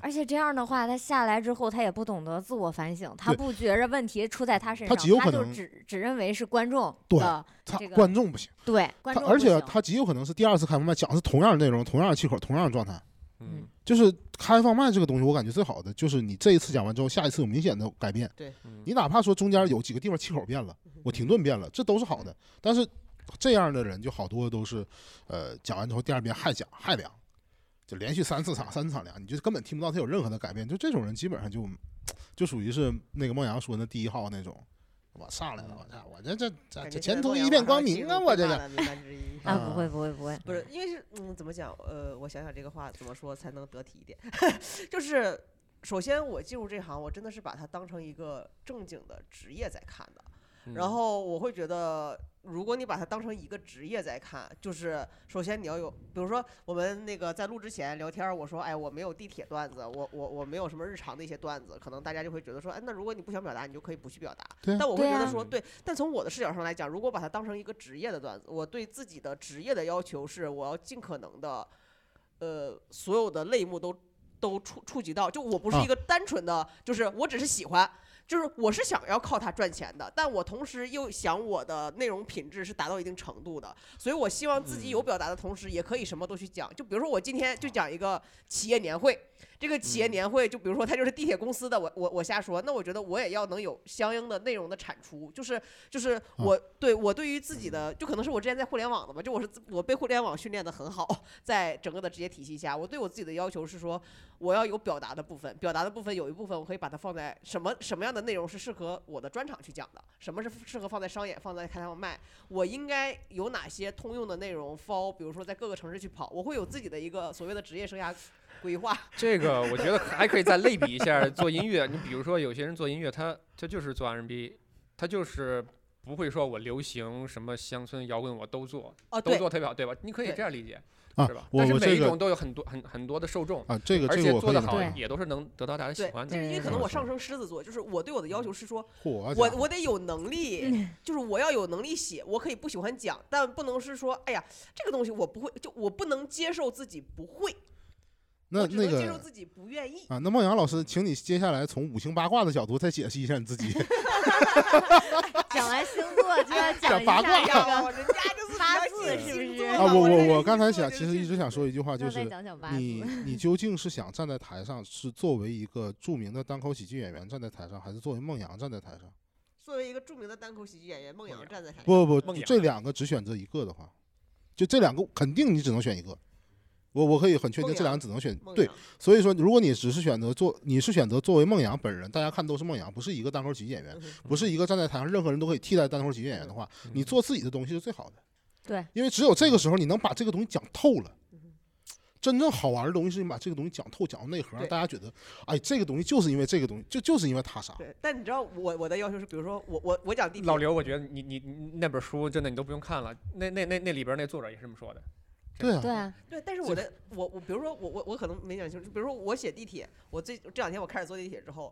[SPEAKER 4] 而且这样的话，他下来之后，他也不懂得自我反省，他
[SPEAKER 3] 对
[SPEAKER 4] 不觉着问题出在他身
[SPEAKER 3] 他
[SPEAKER 4] 上，
[SPEAKER 3] 极有可
[SPEAKER 4] 就
[SPEAKER 3] 能
[SPEAKER 4] 只只认为是观众
[SPEAKER 3] 对
[SPEAKER 4] 的
[SPEAKER 3] 他
[SPEAKER 4] 这个
[SPEAKER 3] 观众不行，
[SPEAKER 4] 对观
[SPEAKER 3] 他
[SPEAKER 4] 众不
[SPEAKER 3] 而
[SPEAKER 4] 行。
[SPEAKER 3] 且他极有可能是第二次开放麦讲的是同样的内容、同样的气口、同样的状态。
[SPEAKER 5] 嗯
[SPEAKER 3] 就是开放麦这个东西，我感觉最好的就是你这一次讲完之后，下一次有明显的改变。
[SPEAKER 5] 嗯
[SPEAKER 3] 你，哪怕说中间有几个地方气口变了，我停顿变了，这都是好的。但是这样的人就好多都是，呃，讲完之后第二遍还讲还凉，就连续三次场三次场凉，你就根本听不到他有任何的改变。就这种人基本上就就属于是那个孟阳说的第一号那种，我上来了，我操，我这这这
[SPEAKER 1] 感
[SPEAKER 3] 这
[SPEAKER 1] 觉
[SPEAKER 3] 前
[SPEAKER 1] 现在
[SPEAKER 3] 途
[SPEAKER 1] 孟
[SPEAKER 3] 一
[SPEAKER 1] 阳
[SPEAKER 3] 片
[SPEAKER 1] 马上
[SPEAKER 3] 光
[SPEAKER 1] 进
[SPEAKER 3] 明
[SPEAKER 1] 入
[SPEAKER 3] 啊，
[SPEAKER 1] 最
[SPEAKER 3] 我这
[SPEAKER 1] 大
[SPEAKER 3] 个
[SPEAKER 1] 的名单之 一
[SPEAKER 4] 啊，不会不会不会，
[SPEAKER 1] 不是，因为是嗯，怎么讲？呃，我想想这个话怎么说才能得体一点。 就是首先，我进入这行，我真的是把它当成一个正经的职业在看的。
[SPEAKER 5] 嗯
[SPEAKER 1] 然后我会觉得，如果你把它当成一个职业在看，就是首先你要有，比如说我们那个在录之前聊天儿，我说，哎，我没有地铁段子，我我我没有什么日常的一些段子，可能大家就会觉得说，哎，那如果你不想表达，你就可以不去表达。
[SPEAKER 3] 对啊
[SPEAKER 1] 但我会
[SPEAKER 4] 对
[SPEAKER 1] 觉得
[SPEAKER 4] 啊
[SPEAKER 1] 说，对。但从我的视角上来讲，如果把它当成一个职业的段子，我对自己的职业的要求是，我要尽可能的，呃，所有的类目都都触触及到，就我不是
[SPEAKER 3] 啊
[SPEAKER 1] 一个单纯的，就是我只是喜欢，就是我是想要靠它赚钱的，但我同时又想我的内容品质是达到一定程度的，所以我
[SPEAKER 3] 嗯
[SPEAKER 1] 希望自己有表达的同时，也可以什么都去讲。就比如说我今天就讲一个企业年会，这个企业
[SPEAKER 5] 嗯
[SPEAKER 1] 年会，就比如说它就是地铁公司的，我我我瞎说，那我觉得我也要能有相应的内容的产出，就是就是我、对我对于自己的，就可能是我之前在互联网的吧，就我是自我被互联网训练的很好，在整个的职业体系下，我对我自己的要求是说，我要有表达的部分，表达的部分有一部分我可以把它放在什么什么样的内容是适合我的专场去讲的，什么是适合放在商演、放在开放麦，我应该有哪些通用的内容 f 比如说在各个城市去跑，我会有自己的一个所谓的职业生涯规划。
[SPEAKER 5] 这个我觉得可还可以再类比一下儿做音乐。你比如说，有些人做音乐，他他就是做 R&B，他就是不会说我流行什么乡村摇滚我都做，
[SPEAKER 1] 哦，
[SPEAKER 5] 都
[SPEAKER 1] 对，
[SPEAKER 5] 做特别好，对吧？你可以
[SPEAKER 1] 对
[SPEAKER 5] 这样理解，
[SPEAKER 3] 啊
[SPEAKER 5] 是吧？
[SPEAKER 3] 我
[SPEAKER 5] 但是
[SPEAKER 3] 我
[SPEAKER 5] 每
[SPEAKER 3] 这
[SPEAKER 5] 一
[SPEAKER 3] 个
[SPEAKER 5] 种都有很多很很多的受众，
[SPEAKER 3] 啊，这个
[SPEAKER 5] 而
[SPEAKER 3] 这
[SPEAKER 5] 且
[SPEAKER 3] 个我可
[SPEAKER 5] 做
[SPEAKER 3] 以
[SPEAKER 5] 得
[SPEAKER 3] 理
[SPEAKER 5] 好
[SPEAKER 3] 解
[SPEAKER 4] 对
[SPEAKER 5] 也都是能得到大家喜
[SPEAKER 1] 对
[SPEAKER 5] 欢的。
[SPEAKER 1] 就是因为可
[SPEAKER 3] 嗯
[SPEAKER 1] 能我
[SPEAKER 3] 是
[SPEAKER 1] 上升狮子座，就是我对我的要求是说，
[SPEAKER 3] 嚯啊，
[SPEAKER 1] 我
[SPEAKER 3] 家伙
[SPEAKER 1] 我得有能
[SPEAKER 2] 嗯
[SPEAKER 1] 力，就是我要有能力写，我可以不喜欢讲，但不能是说，哎呀，这个东西我不会，就我不能接受自己不会，
[SPEAKER 3] 那
[SPEAKER 1] 我只
[SPEAKER 3] 那
[SPEAKER 1] 能接受
[SPEAKER 3] 个
[SPEAKER 1] 自己不愿意。
[SPEAKER 3] 啊，那孟阳老师，请你接下来从五行八卦的角度再解析一下你自己。
[SPEAKER 2] 讲完星座就要讲一
[SPEAKER 3] 八
[SPEAKER 2] 下
[SPEAKER 3] 卦
[SPEAKER 2] 这
[SPEAKER 1] 哎 呀，
[SPEAKER 2] 个，
[SPEAKER 1] 人家就是
[SPEAKER 2] 八
[SPEAKER 1] 了
[SPEAKER 2] 字
[SPEAKER 1] 解
[SPEAKER 2] 是不
[SPEAKER 1] 星
[SPEAKER 2] 是
[SPEAKER 1] 座
[SPEAKER 2] 啊
[SPEAKER 3] 啊，
[SPEAKER 1] 了
[SPEAKER 3] 我
[SPEAKER 1] 这
[SPEAKER 3] 我
[SPEAKER 1] 人
[SPEAKER 3] 我刚才
[SPEAKER 1] 星座
[SPEAKER 3] 想，
[SPEAKER 1] 就
[SPEAKER 3] 其
[SPEAKER 1] 是
[SPEAKER 3] 实一直想说一句话，
[SPEAKER 4] 那
[SPEAKER 3] 就
[SPEAKER 4] 再
[SPEAKER 3] 是
[SPEAKER 4] 讲讲八
[SPEAKER 3] 你
[SPEAKER 4] 字。
[SPEAKER 3] 你究竟是想站在台上，是作为一个著名的单口喜剧演员站在台上，还是作为孟阳站在台上？
[SPEAKER 1] 作为一个著名的单口喜剧演员，孟阳
[SPEAKER 5] 阳
[SPEAKER 1] 站在台上，
[SPEAKER 3] 不不不
[SPEAKER 5] 孟，阳
[SPEAKER 3] 这两个只选择一个的话，就这两个肯定你只能选一个。我我可以很确定
[SPEAKER 1] 孟
[SPEAKER 3] 这
[SPEAKER 1] 阳
[SPEAKER 3] 两个只能选
[SPEAKER 1] 孟
[SPEAKER 3] 对
[SPEAKER 1] 阳，，
[SPEAKER 3] 所以说如果你只是选择做，你是选择作为孟阳本人，大家看都是孟阳，不是一个单口喜剧演员
[SPEAKER 1] 嗯，哼
[SPEAKER 3] 不是一个站在台上任何人都可以替代单口喜剧演员的话，
[SPEAKER 5] 嗯
[SPEAKER 3] 你做自己的东西是最好的。
[SPEAKER 4] 对，
[SPEAKER 3] 因为只有这个时候你能把这个东西讲透了。真正好玩的东西是你把这个东西讲透、讲到内核，让
[SPEAKER 1] 对
[SPEAKER 3] 大家觉得，哎，这个东西就是因为这个东西，就就是因为他啥。
[SPEAKER 1] 对，但你知道我我的要求是，比如说我我我讲地铁，
[SPEAKER 5] 老刘，我觉得你你你那本书真的你都不用看了，那那那那里边那作者也是这么说的。
[SPEAKER 3] 对啊，
[SPEAKER 4] 对啊，
[SPEAKER 1] 对，但是我的我我比如说我我我可能没讲清楚，比如说我写地铁，我最这两天我开始坐地铁之后，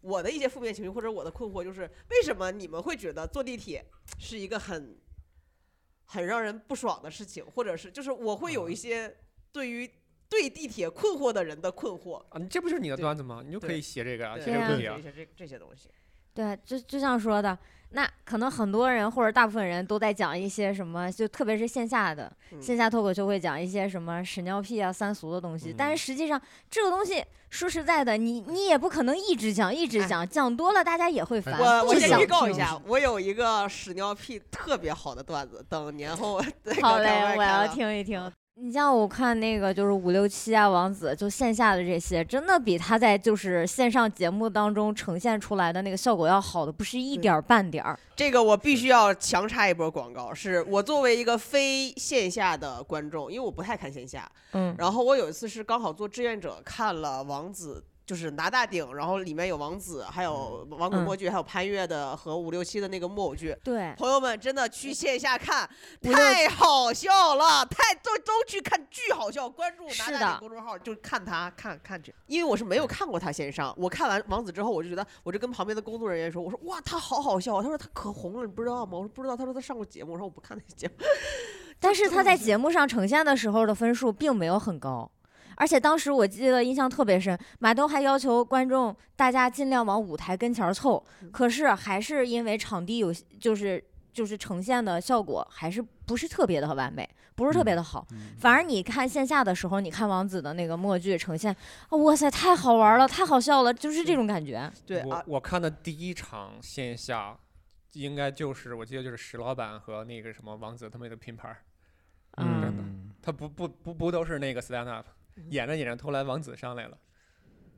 [SPEAKER 1] 我的一些负面情绪或者我的困惑就是，为什么你们会觉得坐地铁是一个很很让人不爽的事情，或者是就是我会
[SPEAKER 5] 啊
[SPEAKER 1] 有一些对于对地铁困惑的人的困惑，
[SPEAKER 5] 啊，你这不就是你的
[SPEAKER 1] 对段
[SPEAKER 5] 段子吗？你就
[SPEAKER 1] 可
[SPEAKER 5] 可
[SPEAKER 1] 对
[SPEAKER 5] 以写这个啊，
[SPEAKER 1] 对
[SPEAKER 5] 写
[SPEAKER 4] 这
[SPEAKER 5] 这
[SPEAKER 4] 个
[SPEAKER 5] 个
[SPEAKER 4] 问
[SPEAKER 5] 问
[SPEAKER 4] 题
[SPEAKER 5] 题
[SPEAKER 1] 这
[SPEAKER 5] 啊。
[SPEAKER 1] 些这这些东西，
[SPEAKER 4] 对，啊就就像说的，那可能很多人或者大部分人都在讲一些什么，就特别是线下的、
[SPEAKER 1] 嗯
[SPEAKER 4] 线下脱口秀会讲一些什么屎尿屁啊、三俗的东西，但是实际上这个东西说实在的，你你也不可能一直讲一直
[SPEAKER 1] 哎
[SPEAKER 4] 讲，讲多了大家也会烦。
[SPEAKER 1] 我
[SPEAKER 4] 不
[SPEAKER 1] 我
[SPEAKER 3] 这
[SPEAKER 1] 先
[SPEAKER 4] 想
[SPEAKER 1] 预告一
[SPEAKER 4] 听
[SPEAKER 1] 下，我有一个屎尿屁特别好的段子，等年后 再给大
[SPEAKER 4] 好嘞
[SPEAKER 1] 家，
[SPEAKER 4] 我
[SPEAKER 1] 看
[SPEAKER 4] 要
[SPEAKER 1] 啊。
[SPEAKER 4] 听一听。你像我看那个就是五六七啊，王子就线下的这些，真的比他在就是线上节目当中呈现出来的那个效果要好的不是一
[SPEAKER 1] 对
[SPEAKER 4] 点儿半点儿。
[SPEAKER 1] 这个我必须要强插一波广告，是我作为一个非线下的观众，因为我不太看线下。
[SPEAKER 4] 嗯，
[SPEAKER 1] 然后我有一次是刚好做志愿者，看了王子。就是拿大顶，然后里面有王子，还有王滚
[SPEAKER 4] 嗯
[SPEAKER 1] 默剧，还有潘越的和五六七的那个木偶剧。
[SPEAKER 4] 对，
[SPEAKER 1] 朋友们，真的
[SPEAKER 4] 嗯
[SPEAKER 1] 去线下看，
[SPEAKER 4] 五六
[SPEAKER 1] 太好笑了，太都都去看，巨好笑。关注拿
[SPEAKER 4] 是
[SPEAKER 1] 大
[SPEAKER 4] 的
[SPEAKER 1] 顶公众号，就看他看看这，因为我是没有看过他线上，我看完王子之后，我就觉得，我就跟旁边的工作人员说，我说哇，他好好笑啊，他说他可红了，你不知道吗？我说不知道，他说他上过节目，我说我不看那些节目，
[SPEAKER 4] 但是他在节目上呈现的时候的分数并没有很高，而且当时我记得印象特别深，马东还要求观众大家尽量往舞台跟前儿凑，可是还是因为场地有就是就是呈现的效果还是不是特别的完美，不是特别的好。反而你看线下的时候，你看王子的那个默剧呈现，啊哇塞，太好玩了，太好笑了，就是这种感觉。
[SPEAKER 1] 对
[SPEAKER 5] 我
[SPEAKER 1] 啊，
[SPEAKER 5] 我看的第一场线下，应该就是我记得就是石老板和那个什么王子他们的拼盘儿，
[SPEAKER 4] 嗯
[SPEAKER 5] 真的他不不不不都是那个 stand up，演
[SPEAKER 1] 嗯
[SPEAKER 5] 着演着突然王子上来了。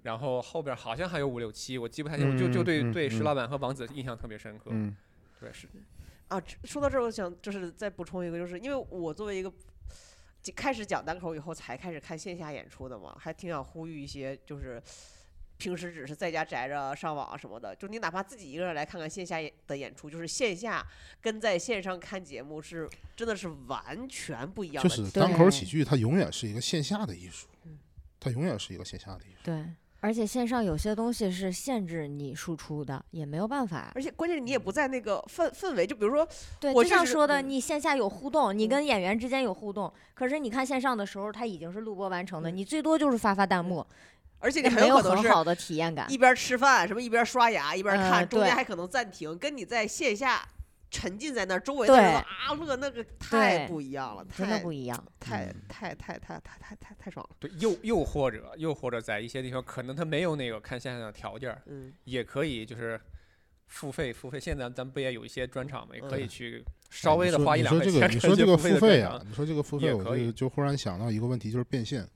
[SPEAKER 5] 然后后边好像还有五六七，我记不太清，我就就对
[SPEAKER 3] 嗯嗯
[SPEAKER 5] 对
[SPEAKER 3] 嗯
[SPEAKER 5] 石老板和王子印象特别深刻。
[SPEAKER 3] 嗯，
[SPEAKER 5] 对，是
[SPEAKER 1] 啊，这说到这儿，我想就是再补充一个，就是因为我作为一个就开始讲单口以后才开始看线下演出的嘛，还挺想呼吁一些就是。平时只是在家宅着上网什么的，就你哪怕自己一个人来看看线下演的演出，就是线下跟在线上看节目是真的是完全不一样
[SPEAKER 3] 就
[SPEAKER 1] 的。
[SPEAKER 3] 是
[SPEAKER 4] 对
[SPEAKER 3] 单口喜剧，它永远是一个线下的艺术，它永远是一个线下的艺术。
[SPEAKER 4] 对，而且线上有些东西是限制你输出的，也没有办法。
[SPEAKER 1] 而且关键是你也不在那个氛氛围，就比如说
[SPEAKER 4] 对，
[SPEAKER 1] 我
[SPEAKER 4] 就
[SPEAKER 1] 就
[SPEAKER 4] 像
[SPEAKER 1] 是
[SPEAKER 4] 说的，
[SPEAKER 1] 嗯
[SPEAKER 4] 你线下有互动，你
[SPEAKER 1] 嗯
[SPEAKER 4] 跟演员之间有互动，可是你看线上的时候，它已经是录播完成的，
[SPEAKER 1] 嗯
[SPEAKER 4] 你最多就是发发弹幕，
[SPEAKER 1] 而且你
[SPEAKER 4] 也
[SPEAKER 1] 很
[SPEAKER 4] 没
[SPEAKER 1] 有
[SPEAKER 4] 有
[SPEAKER 1] 可能
[SPEAKER 4] 很
[SPEAKER 1] 是
[SPEAKER 4] 好的体验感
[SPEAKER 1] 一。边吃饭，什么一边刷牙，一边
[SPEAKER 4] 呃
[SPEAKER 1] 看，中间
[SPEAKER 4] 对
[SPEAKER 1] 还可能暂停，跟你在线下沉浸在那儿，周围的人
[SPEAKER 2] 对
[SPEAKER 1] 啊乐，那个太
[SPEAKER 4] 对
[SPEAKER 1] 不一样了，
[SPEAKER 4] 真的
[SPEAKER 1] 太
[SPEAKER 4] 不一样。
[SPEAKER 1] 太
[SPEAKER 6] 嗯
[SPEAKER 1] 太太太太太太太爽了，
[SPEAKER 5] 对，又又或者又或者在一些地方，可能他没有那个看线下的条件儿，
[SPEAKER 1] 嗯，
[SPEAKER 5] 也可以就是付费付费。现在咱们不也有一些专场嘛，也可以
[SPEAKER 1] 嗯
[SPEAKER 5] 去
[SPEAKER 3] 哎
[SPEAKER 5] 稍微的
[SPEAKER 3] 你说
[SPEAKER 5] 花一
[SPEAKER 3] 你
[SPEAKER 5] 两
[SPEAKER 3] 说
[SPEAKER 5] 块
[SPEAKER 3] 这
[SPEAKER 5] 钱
[SPEAKER 3] 个，
[SPEAKER 5] 去
[SPEAKER 3] 你 说这个付
[SPEAKER 5] 费
[SPEAKER 3] 费
[SPEAKER 5] 的专
[SPEAKER 3] 啊
[SPEAKER 5] 场，，
[SPEAKER 3] 你说这个付
[SPEAKER 5] 也
[SPEAKER 3] 费，我
[SPEAKER 5] 可以
[SPEAKER 3] 就就忽然想到一个问题，就是变现。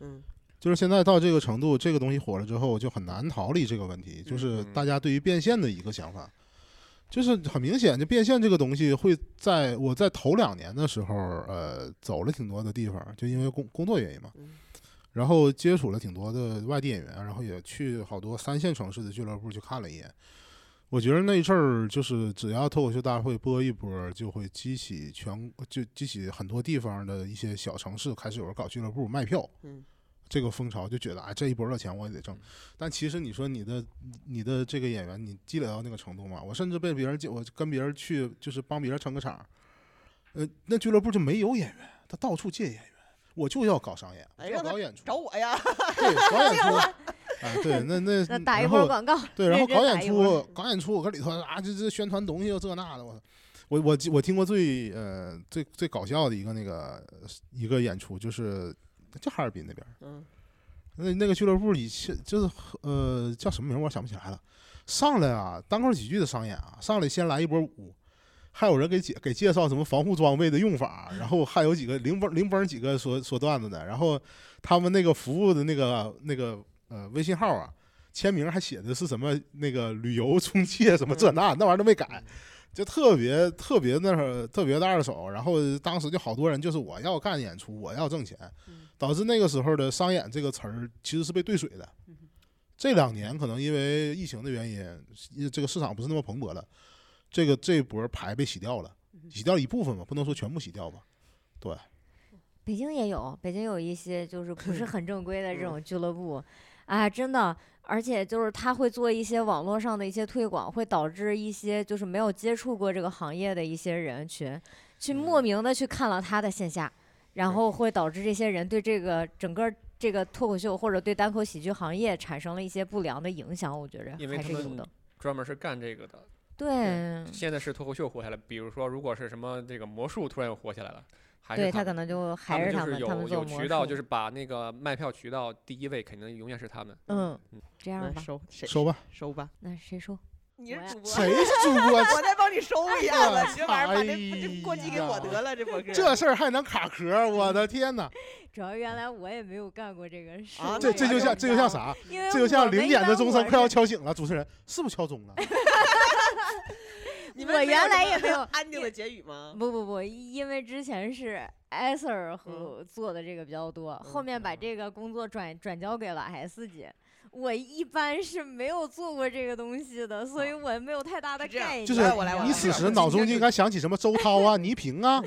[SPEAKER 1] 嗯，
[SPEAKER 3] 就是现在到这个程度，这个东西火了之后，就很难逃离这个问题，就是
[SPEAKER 5] 嗯
[SPEAKER 3] 大家对于变现的一个想法。就是很明显，就变现这个东西会在我在头两年的时候，呃，走了挺多的地方，就因为工工作原因嘛
[SPEAKER 1] 嗯。
[SPEAKER 3] 然后接触了挺多的外地演员，然后也去好多三线城市的俱乐部去看了一眼。我觉得那一阵儿就是只要脱口秀大会播一波，就会激起全就激起很多地方的一些小城市开始有人搞俱乐部卖票，
[SPEAKER 1] 嗯，
[SPEAKER 3] 这个风潮就觉得啊这一波的钱我也得挣。但其实你说你的你的这个演员你积累到那个程度吗？我甚至被别人借我跟别人去就是帮别人撑个场儿，呃，那俱乐部就没有演员，他到处借演员，我就要搞商演，我
[SPEAKER 1] 哎
[SPEAKER 3] 就要
[SPEAKER 1] 让他
[SPEAKER 3] 搞演出，
[SPEAKER 1] 找我呀，
[SPEAKER 3] 对，搞演出。啊，对，那那
[SPEAKER 4] 那打一
[SPEAKER 3] 然
[SPEAKER 4] 波
[SPEAKER 3] 后
[SPEAKER 4] 广告，
[SPEAKER 3] 对，然
[SPEAKER 4] 认
[SPEAKER 3] 后
[SPEAKER 4] 真
[SPEAKER 3] 搞
[SPEAKER 4] 打
[SPEAKER 3] 演
[SPEAKER 4] 一波
[SPEAKER 3] 出，搞演出，我搁里头啊，这这宣传东西又这那的，我操！我我我听过最呃最最搞笑的一个那个呃一个演出，就是就哈尔滨那边儿，
[SPEAKER 1] 嗯，
[SPEAKER 3] 那那个俱乐部里是就是呃叫什么名儿我想不起来了，上来啊单口喜剧的商演啊，上来先来一波舞。还有人给介给介绍什么防护装备的用法，然后还有几个零崩零崩几个说说段子的，然后他们那个服务的那个那个呃微信号啊，签名还写的是什么那个旅游中介什么这那，那玩意儿都没改，就特别特别那会儿特别的二手。然后当时就好多人就是我要干演出，我要挣钱
[SPEAKER 1] 嗯，
[SPEAKER 3] 导致那个时候的商演这个词儿其实是被兑水的。这两年可能因为疫情的原因，这个市场不是那么蓬勃了，这个这一波牌被洗掉了，洗掉一部分吧，不能说全部洗掉吧。
[SPEAKER 4] 北京也有，北京有一些就是不 是很正规的
[SPEAKER 1] 嗯
[SPEAKER 4] 这种俱乐部，啊，真的，而且就是他会做一些网络上的一些推广，会导致一些就是没有接触过这个行业的一些人群，去
[SPEAKER 5] 嗯
[SPEAKER 4] 莫名的去看了他的线下，然后会导致这些人对这个整个这个脱口秀或者对单口喜剧行业产生了一些不良的影响，我觉着
[SPEAKER 5] 因为
[SPEAKER 4] 还
[SPEAKER 5] 他
[SPEAKER 4] 是有
[SPEAKER 5] 们
[SPEAKER 4] 的。嗯
[SPEAKER 5] 专门是干这个的。
[SPEAKER 4] 对，
[SPEAKER 5] 现在是脱口秀火起来了，比如说如果是什么这个魔术突然又火起来了，还是
[SPEAKER 4] 对
[SPEAKER 5] 他
[SPEAKER 4] 他可能
[SPEAKER 5] 们。
[SPEAKER 4] 就
[SPEAKER 5] 他
[SPEAKER 4] 还
[SPEAKER 5] 们
[SPEAKER 4] 是
[SPEAKER 5] 就
[SPEAKER 4] 他
[SPEAKER 5] 是
[SPEAKER 4] 们，他们
[SPEAKER 5] 有
[SPEAKER 4] 做
[SPEAKER 5] 有
[SPEAKER 4] 魔
[SPEAKER 5] 渠道，
[SPEAKER 4] 术
[SPEAKER 5] 就是把那个卖票渠道第一位，肯定永远是他们。
[SPEAKER 4] 嗯
[SPEAKER 5] 嗯，
[SPEAKER 4] 这样
[SPEAKER 1] 那
[SPEAKER 4] 吧，
[SPEAKER 1] 收谁
[SPEAKER 3] 收吧，
[SPEAKER 1] 收吧，
[SPEAKER 4] 那谁说？
[SPEAKER 1] 你
[SPEAKER 4] 我
[SPEAKER 1] 是
[SPEAKER 4] 呀
[SPEAKER 1] 主播，
[SPEAKER 3] 谁是主播？
[SPEAKER 1] 我再帮你收一下
[SPEAKER 3] 哎呀
[SPEAKER 1] 子，这玩意儿把这
[SPEAKER 3] 哎
[SPEAKER 1] 这
[SPEAKER 3] 呀
[SPEAKER 1] 过继给我得了，这博客
[SPEAKER 3] 这事儿还能卡壳？我的天哪！
[SPEAKER 4] 主要原来我也没有干过这个事
[SPEAKER 1] 啊，
[SPEAKER 3] 这
[SPEAKER 1] 那
[SPEAKER 3] 这
[SPEAKER 1] 个
[SPEAKER 3] 就像这就像？啥？
[SPEAKER 4] 因为
[SPEAKER 3] 这就像零点的钟声快要
[SPEAKER 4] 敲。
[SPEAKER 3] 敲醒了，主持人是不是敲 钟了？
[SPEAKER 1] 你们
[SPEAKER 4] 我
[SPEAKER 1] 没有
[SPEAKER 4] 原
[SPEAKER 1] 什
[SPEAKER 4] 来
[SPEAKER 1] 么
[SPEAKER 4] 也没有
[SPEAKER 1] 安定的结语吗？
[SPEAKER 4] 不不不，因为之前是艾 Sir
[SPEAKER 3] 嗯
[SPEAKER 4] 和做的这个比较多，后面把这个工作转转交给了 S 姐。我一般是没有做过这个东西的，所以我没有太大的
[SPEAKER 1] 是这样
[SPEAKER 4] 概念。
[SPEAKER 3] 啊就是
[SPEAKER 1] 来我来我来
[SPEAKER 3] 你此时脑中就应该想起什么周涛啊、倪萍啊，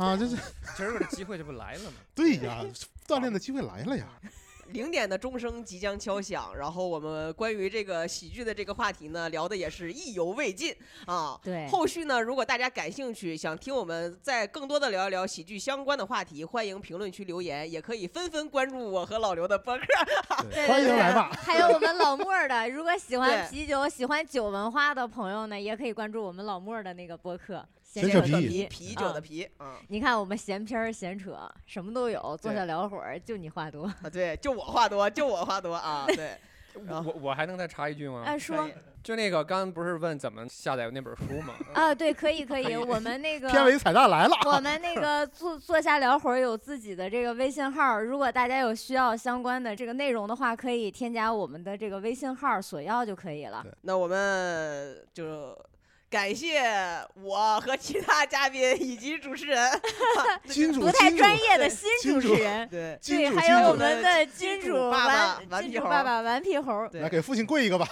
[SPEAKER 3] 啊，这是
[SPEAKER 5] 其实这个机会这不来了吗？
[SPEAKER 3] 对呀，锻炼的机会来 了呀。
[SPEAKER 1] 零点的钟声即将敲响，然后我们关于这个喜剧的这个话题呢，聊的也是意犹未尽啊。
[SPEAKER 4] 对，
[SPEAKER 1] 后续呢，如果大家感兴趣，想听我们再更多的聊一聊喜剧相关的话题，欢迎评论区留言，也可以纷纷关注我和老刘的博客。
[SPEAKER 4] 对
[SPEAKER 3] 欢迎来吧。
[SPEAKER 4] 还有我们老莫儿的，如果喜欢
[SPEAKER 1] 对
[SPEAKER 4] 啤酒、喜欢酒文化的朋友呢，也可以关注我们老莫儿的那个播客“
[SPEAKER 3] 闲扯
[SPEAKER 4] 扯
[SPEAKER 3] 皮
[SPEAKER 4] 皮
[SPEAKER 1] 啤酒的
[SPEAKER 4] 啊
[SPEAKER 1] 啤啊
[SPEAKER 4] 你看我们闲篇儿、闲扯，什么都有，坐
[SPEAKER 1] 对
[SPEAKER 4] 下聊会儿，就你话多。
[SPEAKER 1] 啊，对，就我话多，就我话多啊，对，
[SPEAKER 5] 我我我还能再插一句吗？
[SPEAKER 4] 按
[SPEAKER 1] 可
[SPEAKER 4] 哎说
[SPEAKER 1] 以
[SPEAKER 5] 就那个刚刚不是问怎么下载那本书吗？
[SPEAKER 4] 啊，对，可以可以，我们那个
[SPEAKER 3] 片尾彩蛋来了，
[SPEAKER 4] 我们那个坐坐下聊会儿有自己的这个微信号，如果大家有需要相关的这个内容的话，可以添加我们的这个微信号索要就可以了
[SPEAKER 3] 对。
[SPEAKER 1] 那我们就感谢我和其他嘉宾以及主持 人，
[SPEAKER 3] 金主
[SPEAKER 4] 不太
[SPEAKER 3] 金主
[SPEAKER 4] 专业的新主持 人，
[SPEAKER 1] 对，
[SPEAKER 3] 金
[SPEAKER 4] 对，
[SPEAKER 3] 主
[SPEAKER 4] 还
[SPEAKER 3] 金
[SPEAKER 4] 有我
[SPEAKER 3] 主，
[SPEAKER 4] 们的
[SPEAKER 1] 金
[SPEAKER 4] 金
[SPEAKER 1] 主
[SPEAKER 4] 主
[SPEAKER 1] 爸爸
[SPEAKER 4] 顽
[SPEAKER 1] 顽
[SPEAKER 4] 金
[SPEAKER 1] 皮
[SPEAKER 4] 主
[SPEAKER 1] 猴
[SPEAKER 4] 爸爸顽皮猴儿
[SPEAKER 1] 对
[SPEAKER 3] 来给父亲跪一个吧。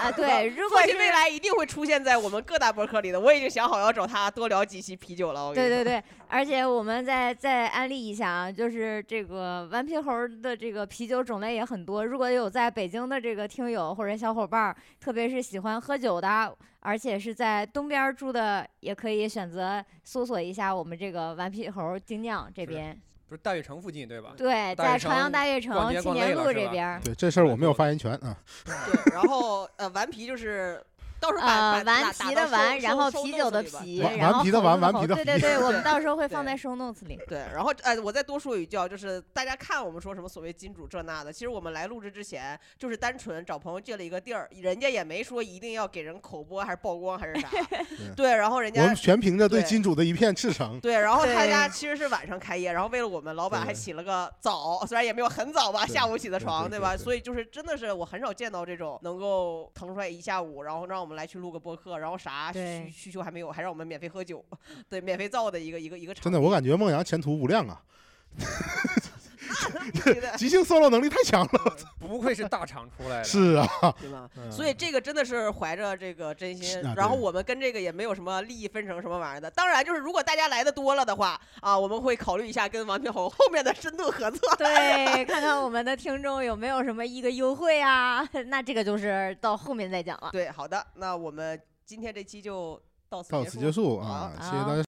[SPEAKER 4] 啊，对，如果
[SPEAKER 1] 或
[SPEAKER 4] 是
[SPEAKER 1] 许未来一定会出现在我们各大博客里的。我已经想好要找他多聊几期啤酒了。我跟
[SPEAKER 4] 对
[SPEAKER 1] 你
[SPEAKER 4] 对对，而且我们再再安利一下啊，就是这个顽皮猴儿的这个啤酒种类也很多。如果有在北京的这个听友或者小伙伴儿，特别是喜欢喝酒的，而且是在东边儿住的，也可以选择搜索一下我们这个顽皮猴儿精酿这
[SPEAKER 5] 是
[SPEAKER 4] 边。
[SPEAKER 5] 不是大悦城附近对吧？
[SPEAKER 4] 对，
[SPEAKER 5] 大悦
[SPEAKER 4] 在朝阳
[SPEAKER 5] 城
[SPEAKER 4] 大悦
[SPEAKER 5] 逛
[SPEAKER 4] 城
[SPEAKER 5] 街
[SPEAKER 4] 青
[SPEAKER 5] 逛累
[SPEAKER 4] 年
[SPEAKER 5] 了
[SPEAKER 4] 路
[SPEAKER 5] 是
[SPEAKER 4] 这
[SPEAKER 5] 吧
[SPEAKER 4] 边儿。
[SPEAKER 3] 对这事儿我没有发言权啊，
[SPEAKER 1] 对，然后呃，顽皮就是到时候把
[SPEAKER 4] 呃，
[SPEAKER 1] 把
[SPEAKER 4] 顽
[SPEAKER 1] 打
[SPEAKER 4] 皮
[SPEAKER 1] 打到
[SPEAKER 4] 的顽，
[SPEAKER 1] 收
[SPEAKER 4] 然
[SPEAKER 1] 收
[SPEAKER 4] 后
[SPEAKER 1] 收
[SPEAKER 4] 啤
[SPEAKER 1] notes
[SPEAKER 4] 酒的
[SPEAKER 1] 里吧
[SPEAKER 4] 啤，
[SPEAKER 3] 顽
[SPEAKER 4] 然后
[SPEAKER 3] 顽皮的
[SPEAKER 4] 猴
[SPEAKER 3] 顽
[SPEAKER 4] 子
[SPEAKER 3] 顽
[SPEAKER 4] 猴
[SPEAKER 3] 皮的
[SPEAKER 4] 对对
[SPEAKER 3] 皮
[SPEAKER 4] 对，我
[SPEAKER 1] 对
[SPEAKER 4] 们到时候会放在
[SPEAKER 1] 对
[SPEAKER 4] show notes 里。
[SPEAKER 1] 对，然后哎，我再多说一句啊，就是大家看我们说什么所谓金主这那的，其实我们来录制之前，就是单纯找朋友借了一个地儿，人家也没说一定要给人口播还是曝光还是啥
[SPEAKER 3] 对，
[SPEAKER 1] 对，然后人
[SPEAKER 3] 我
[SPEAKER 1] 家
[SPEAKER 3] 们全凭着对
[SPEAKER 1] 对
[SPEAKER 3] 金主的一片赤诚，
[SPEAKER 1] 对，然后他
[SPEAKER 4] 对
[SPEAKER 1] 家其实是晚上开业，然后为了我们，老板还
[SPEAKER 3] 对
[SPEAKER 1] 起了个早，虽然也没有很早吧，
[SPEAKER 3] 对
[SPEAKER 1] 下午起的
[SPEAKER 3] 对
[SPEAKER 1] 床，
[SPEAKER 3] 对对
[SPEAKER 1] 吧？
[SPEAKER 3] 对
[SPEAKER 1] 所以就是真的是我很少见到这种能够腾出来一下午，然后让我们来去录个播客，然后啥需
[SPEAKER 7] 对
[SPEAKER 1] 需求还没有，还让我们免费喝酒， 对，免费造的一个一个一个场
[SPEAKER 3] 真
[SPEAKER 1] 地，
[SPEAKER 3] 的，我感觉梦阳前途无量啊！
[SPEAKER 1] 对的
[SPEAKER 3] 即兴 solo 能力太强了，
[SPEAKER 5] 不愧是大厂出来的，
[SPEAKER 3] 是啊，
[SPEAKER 1] 对吧？
[SPEAKER 3] 嗯
[SPEAKER 1] 所以这个真的是怀着这个真心
[SPEAKER 3] 是啊，
[SPEAKER 1] 然后
[SPEAKER 3] 对
[SPEAKER 1] 我们跟这个也没有什么利益分成什么玩意儿的。当然，就是如果大家来的多了的话啊，我们会考虑一下跟王天红后面的深度合 作。
[SPEAKER 4] 对，看看我们的听众有没有什么一个优惠啊？那这个就是到后面再讲了。
[SPEAKER 1] 对，好的，那我们今天这期就到此
[SPEAKER 3] 到此结束啊！谢谢大家。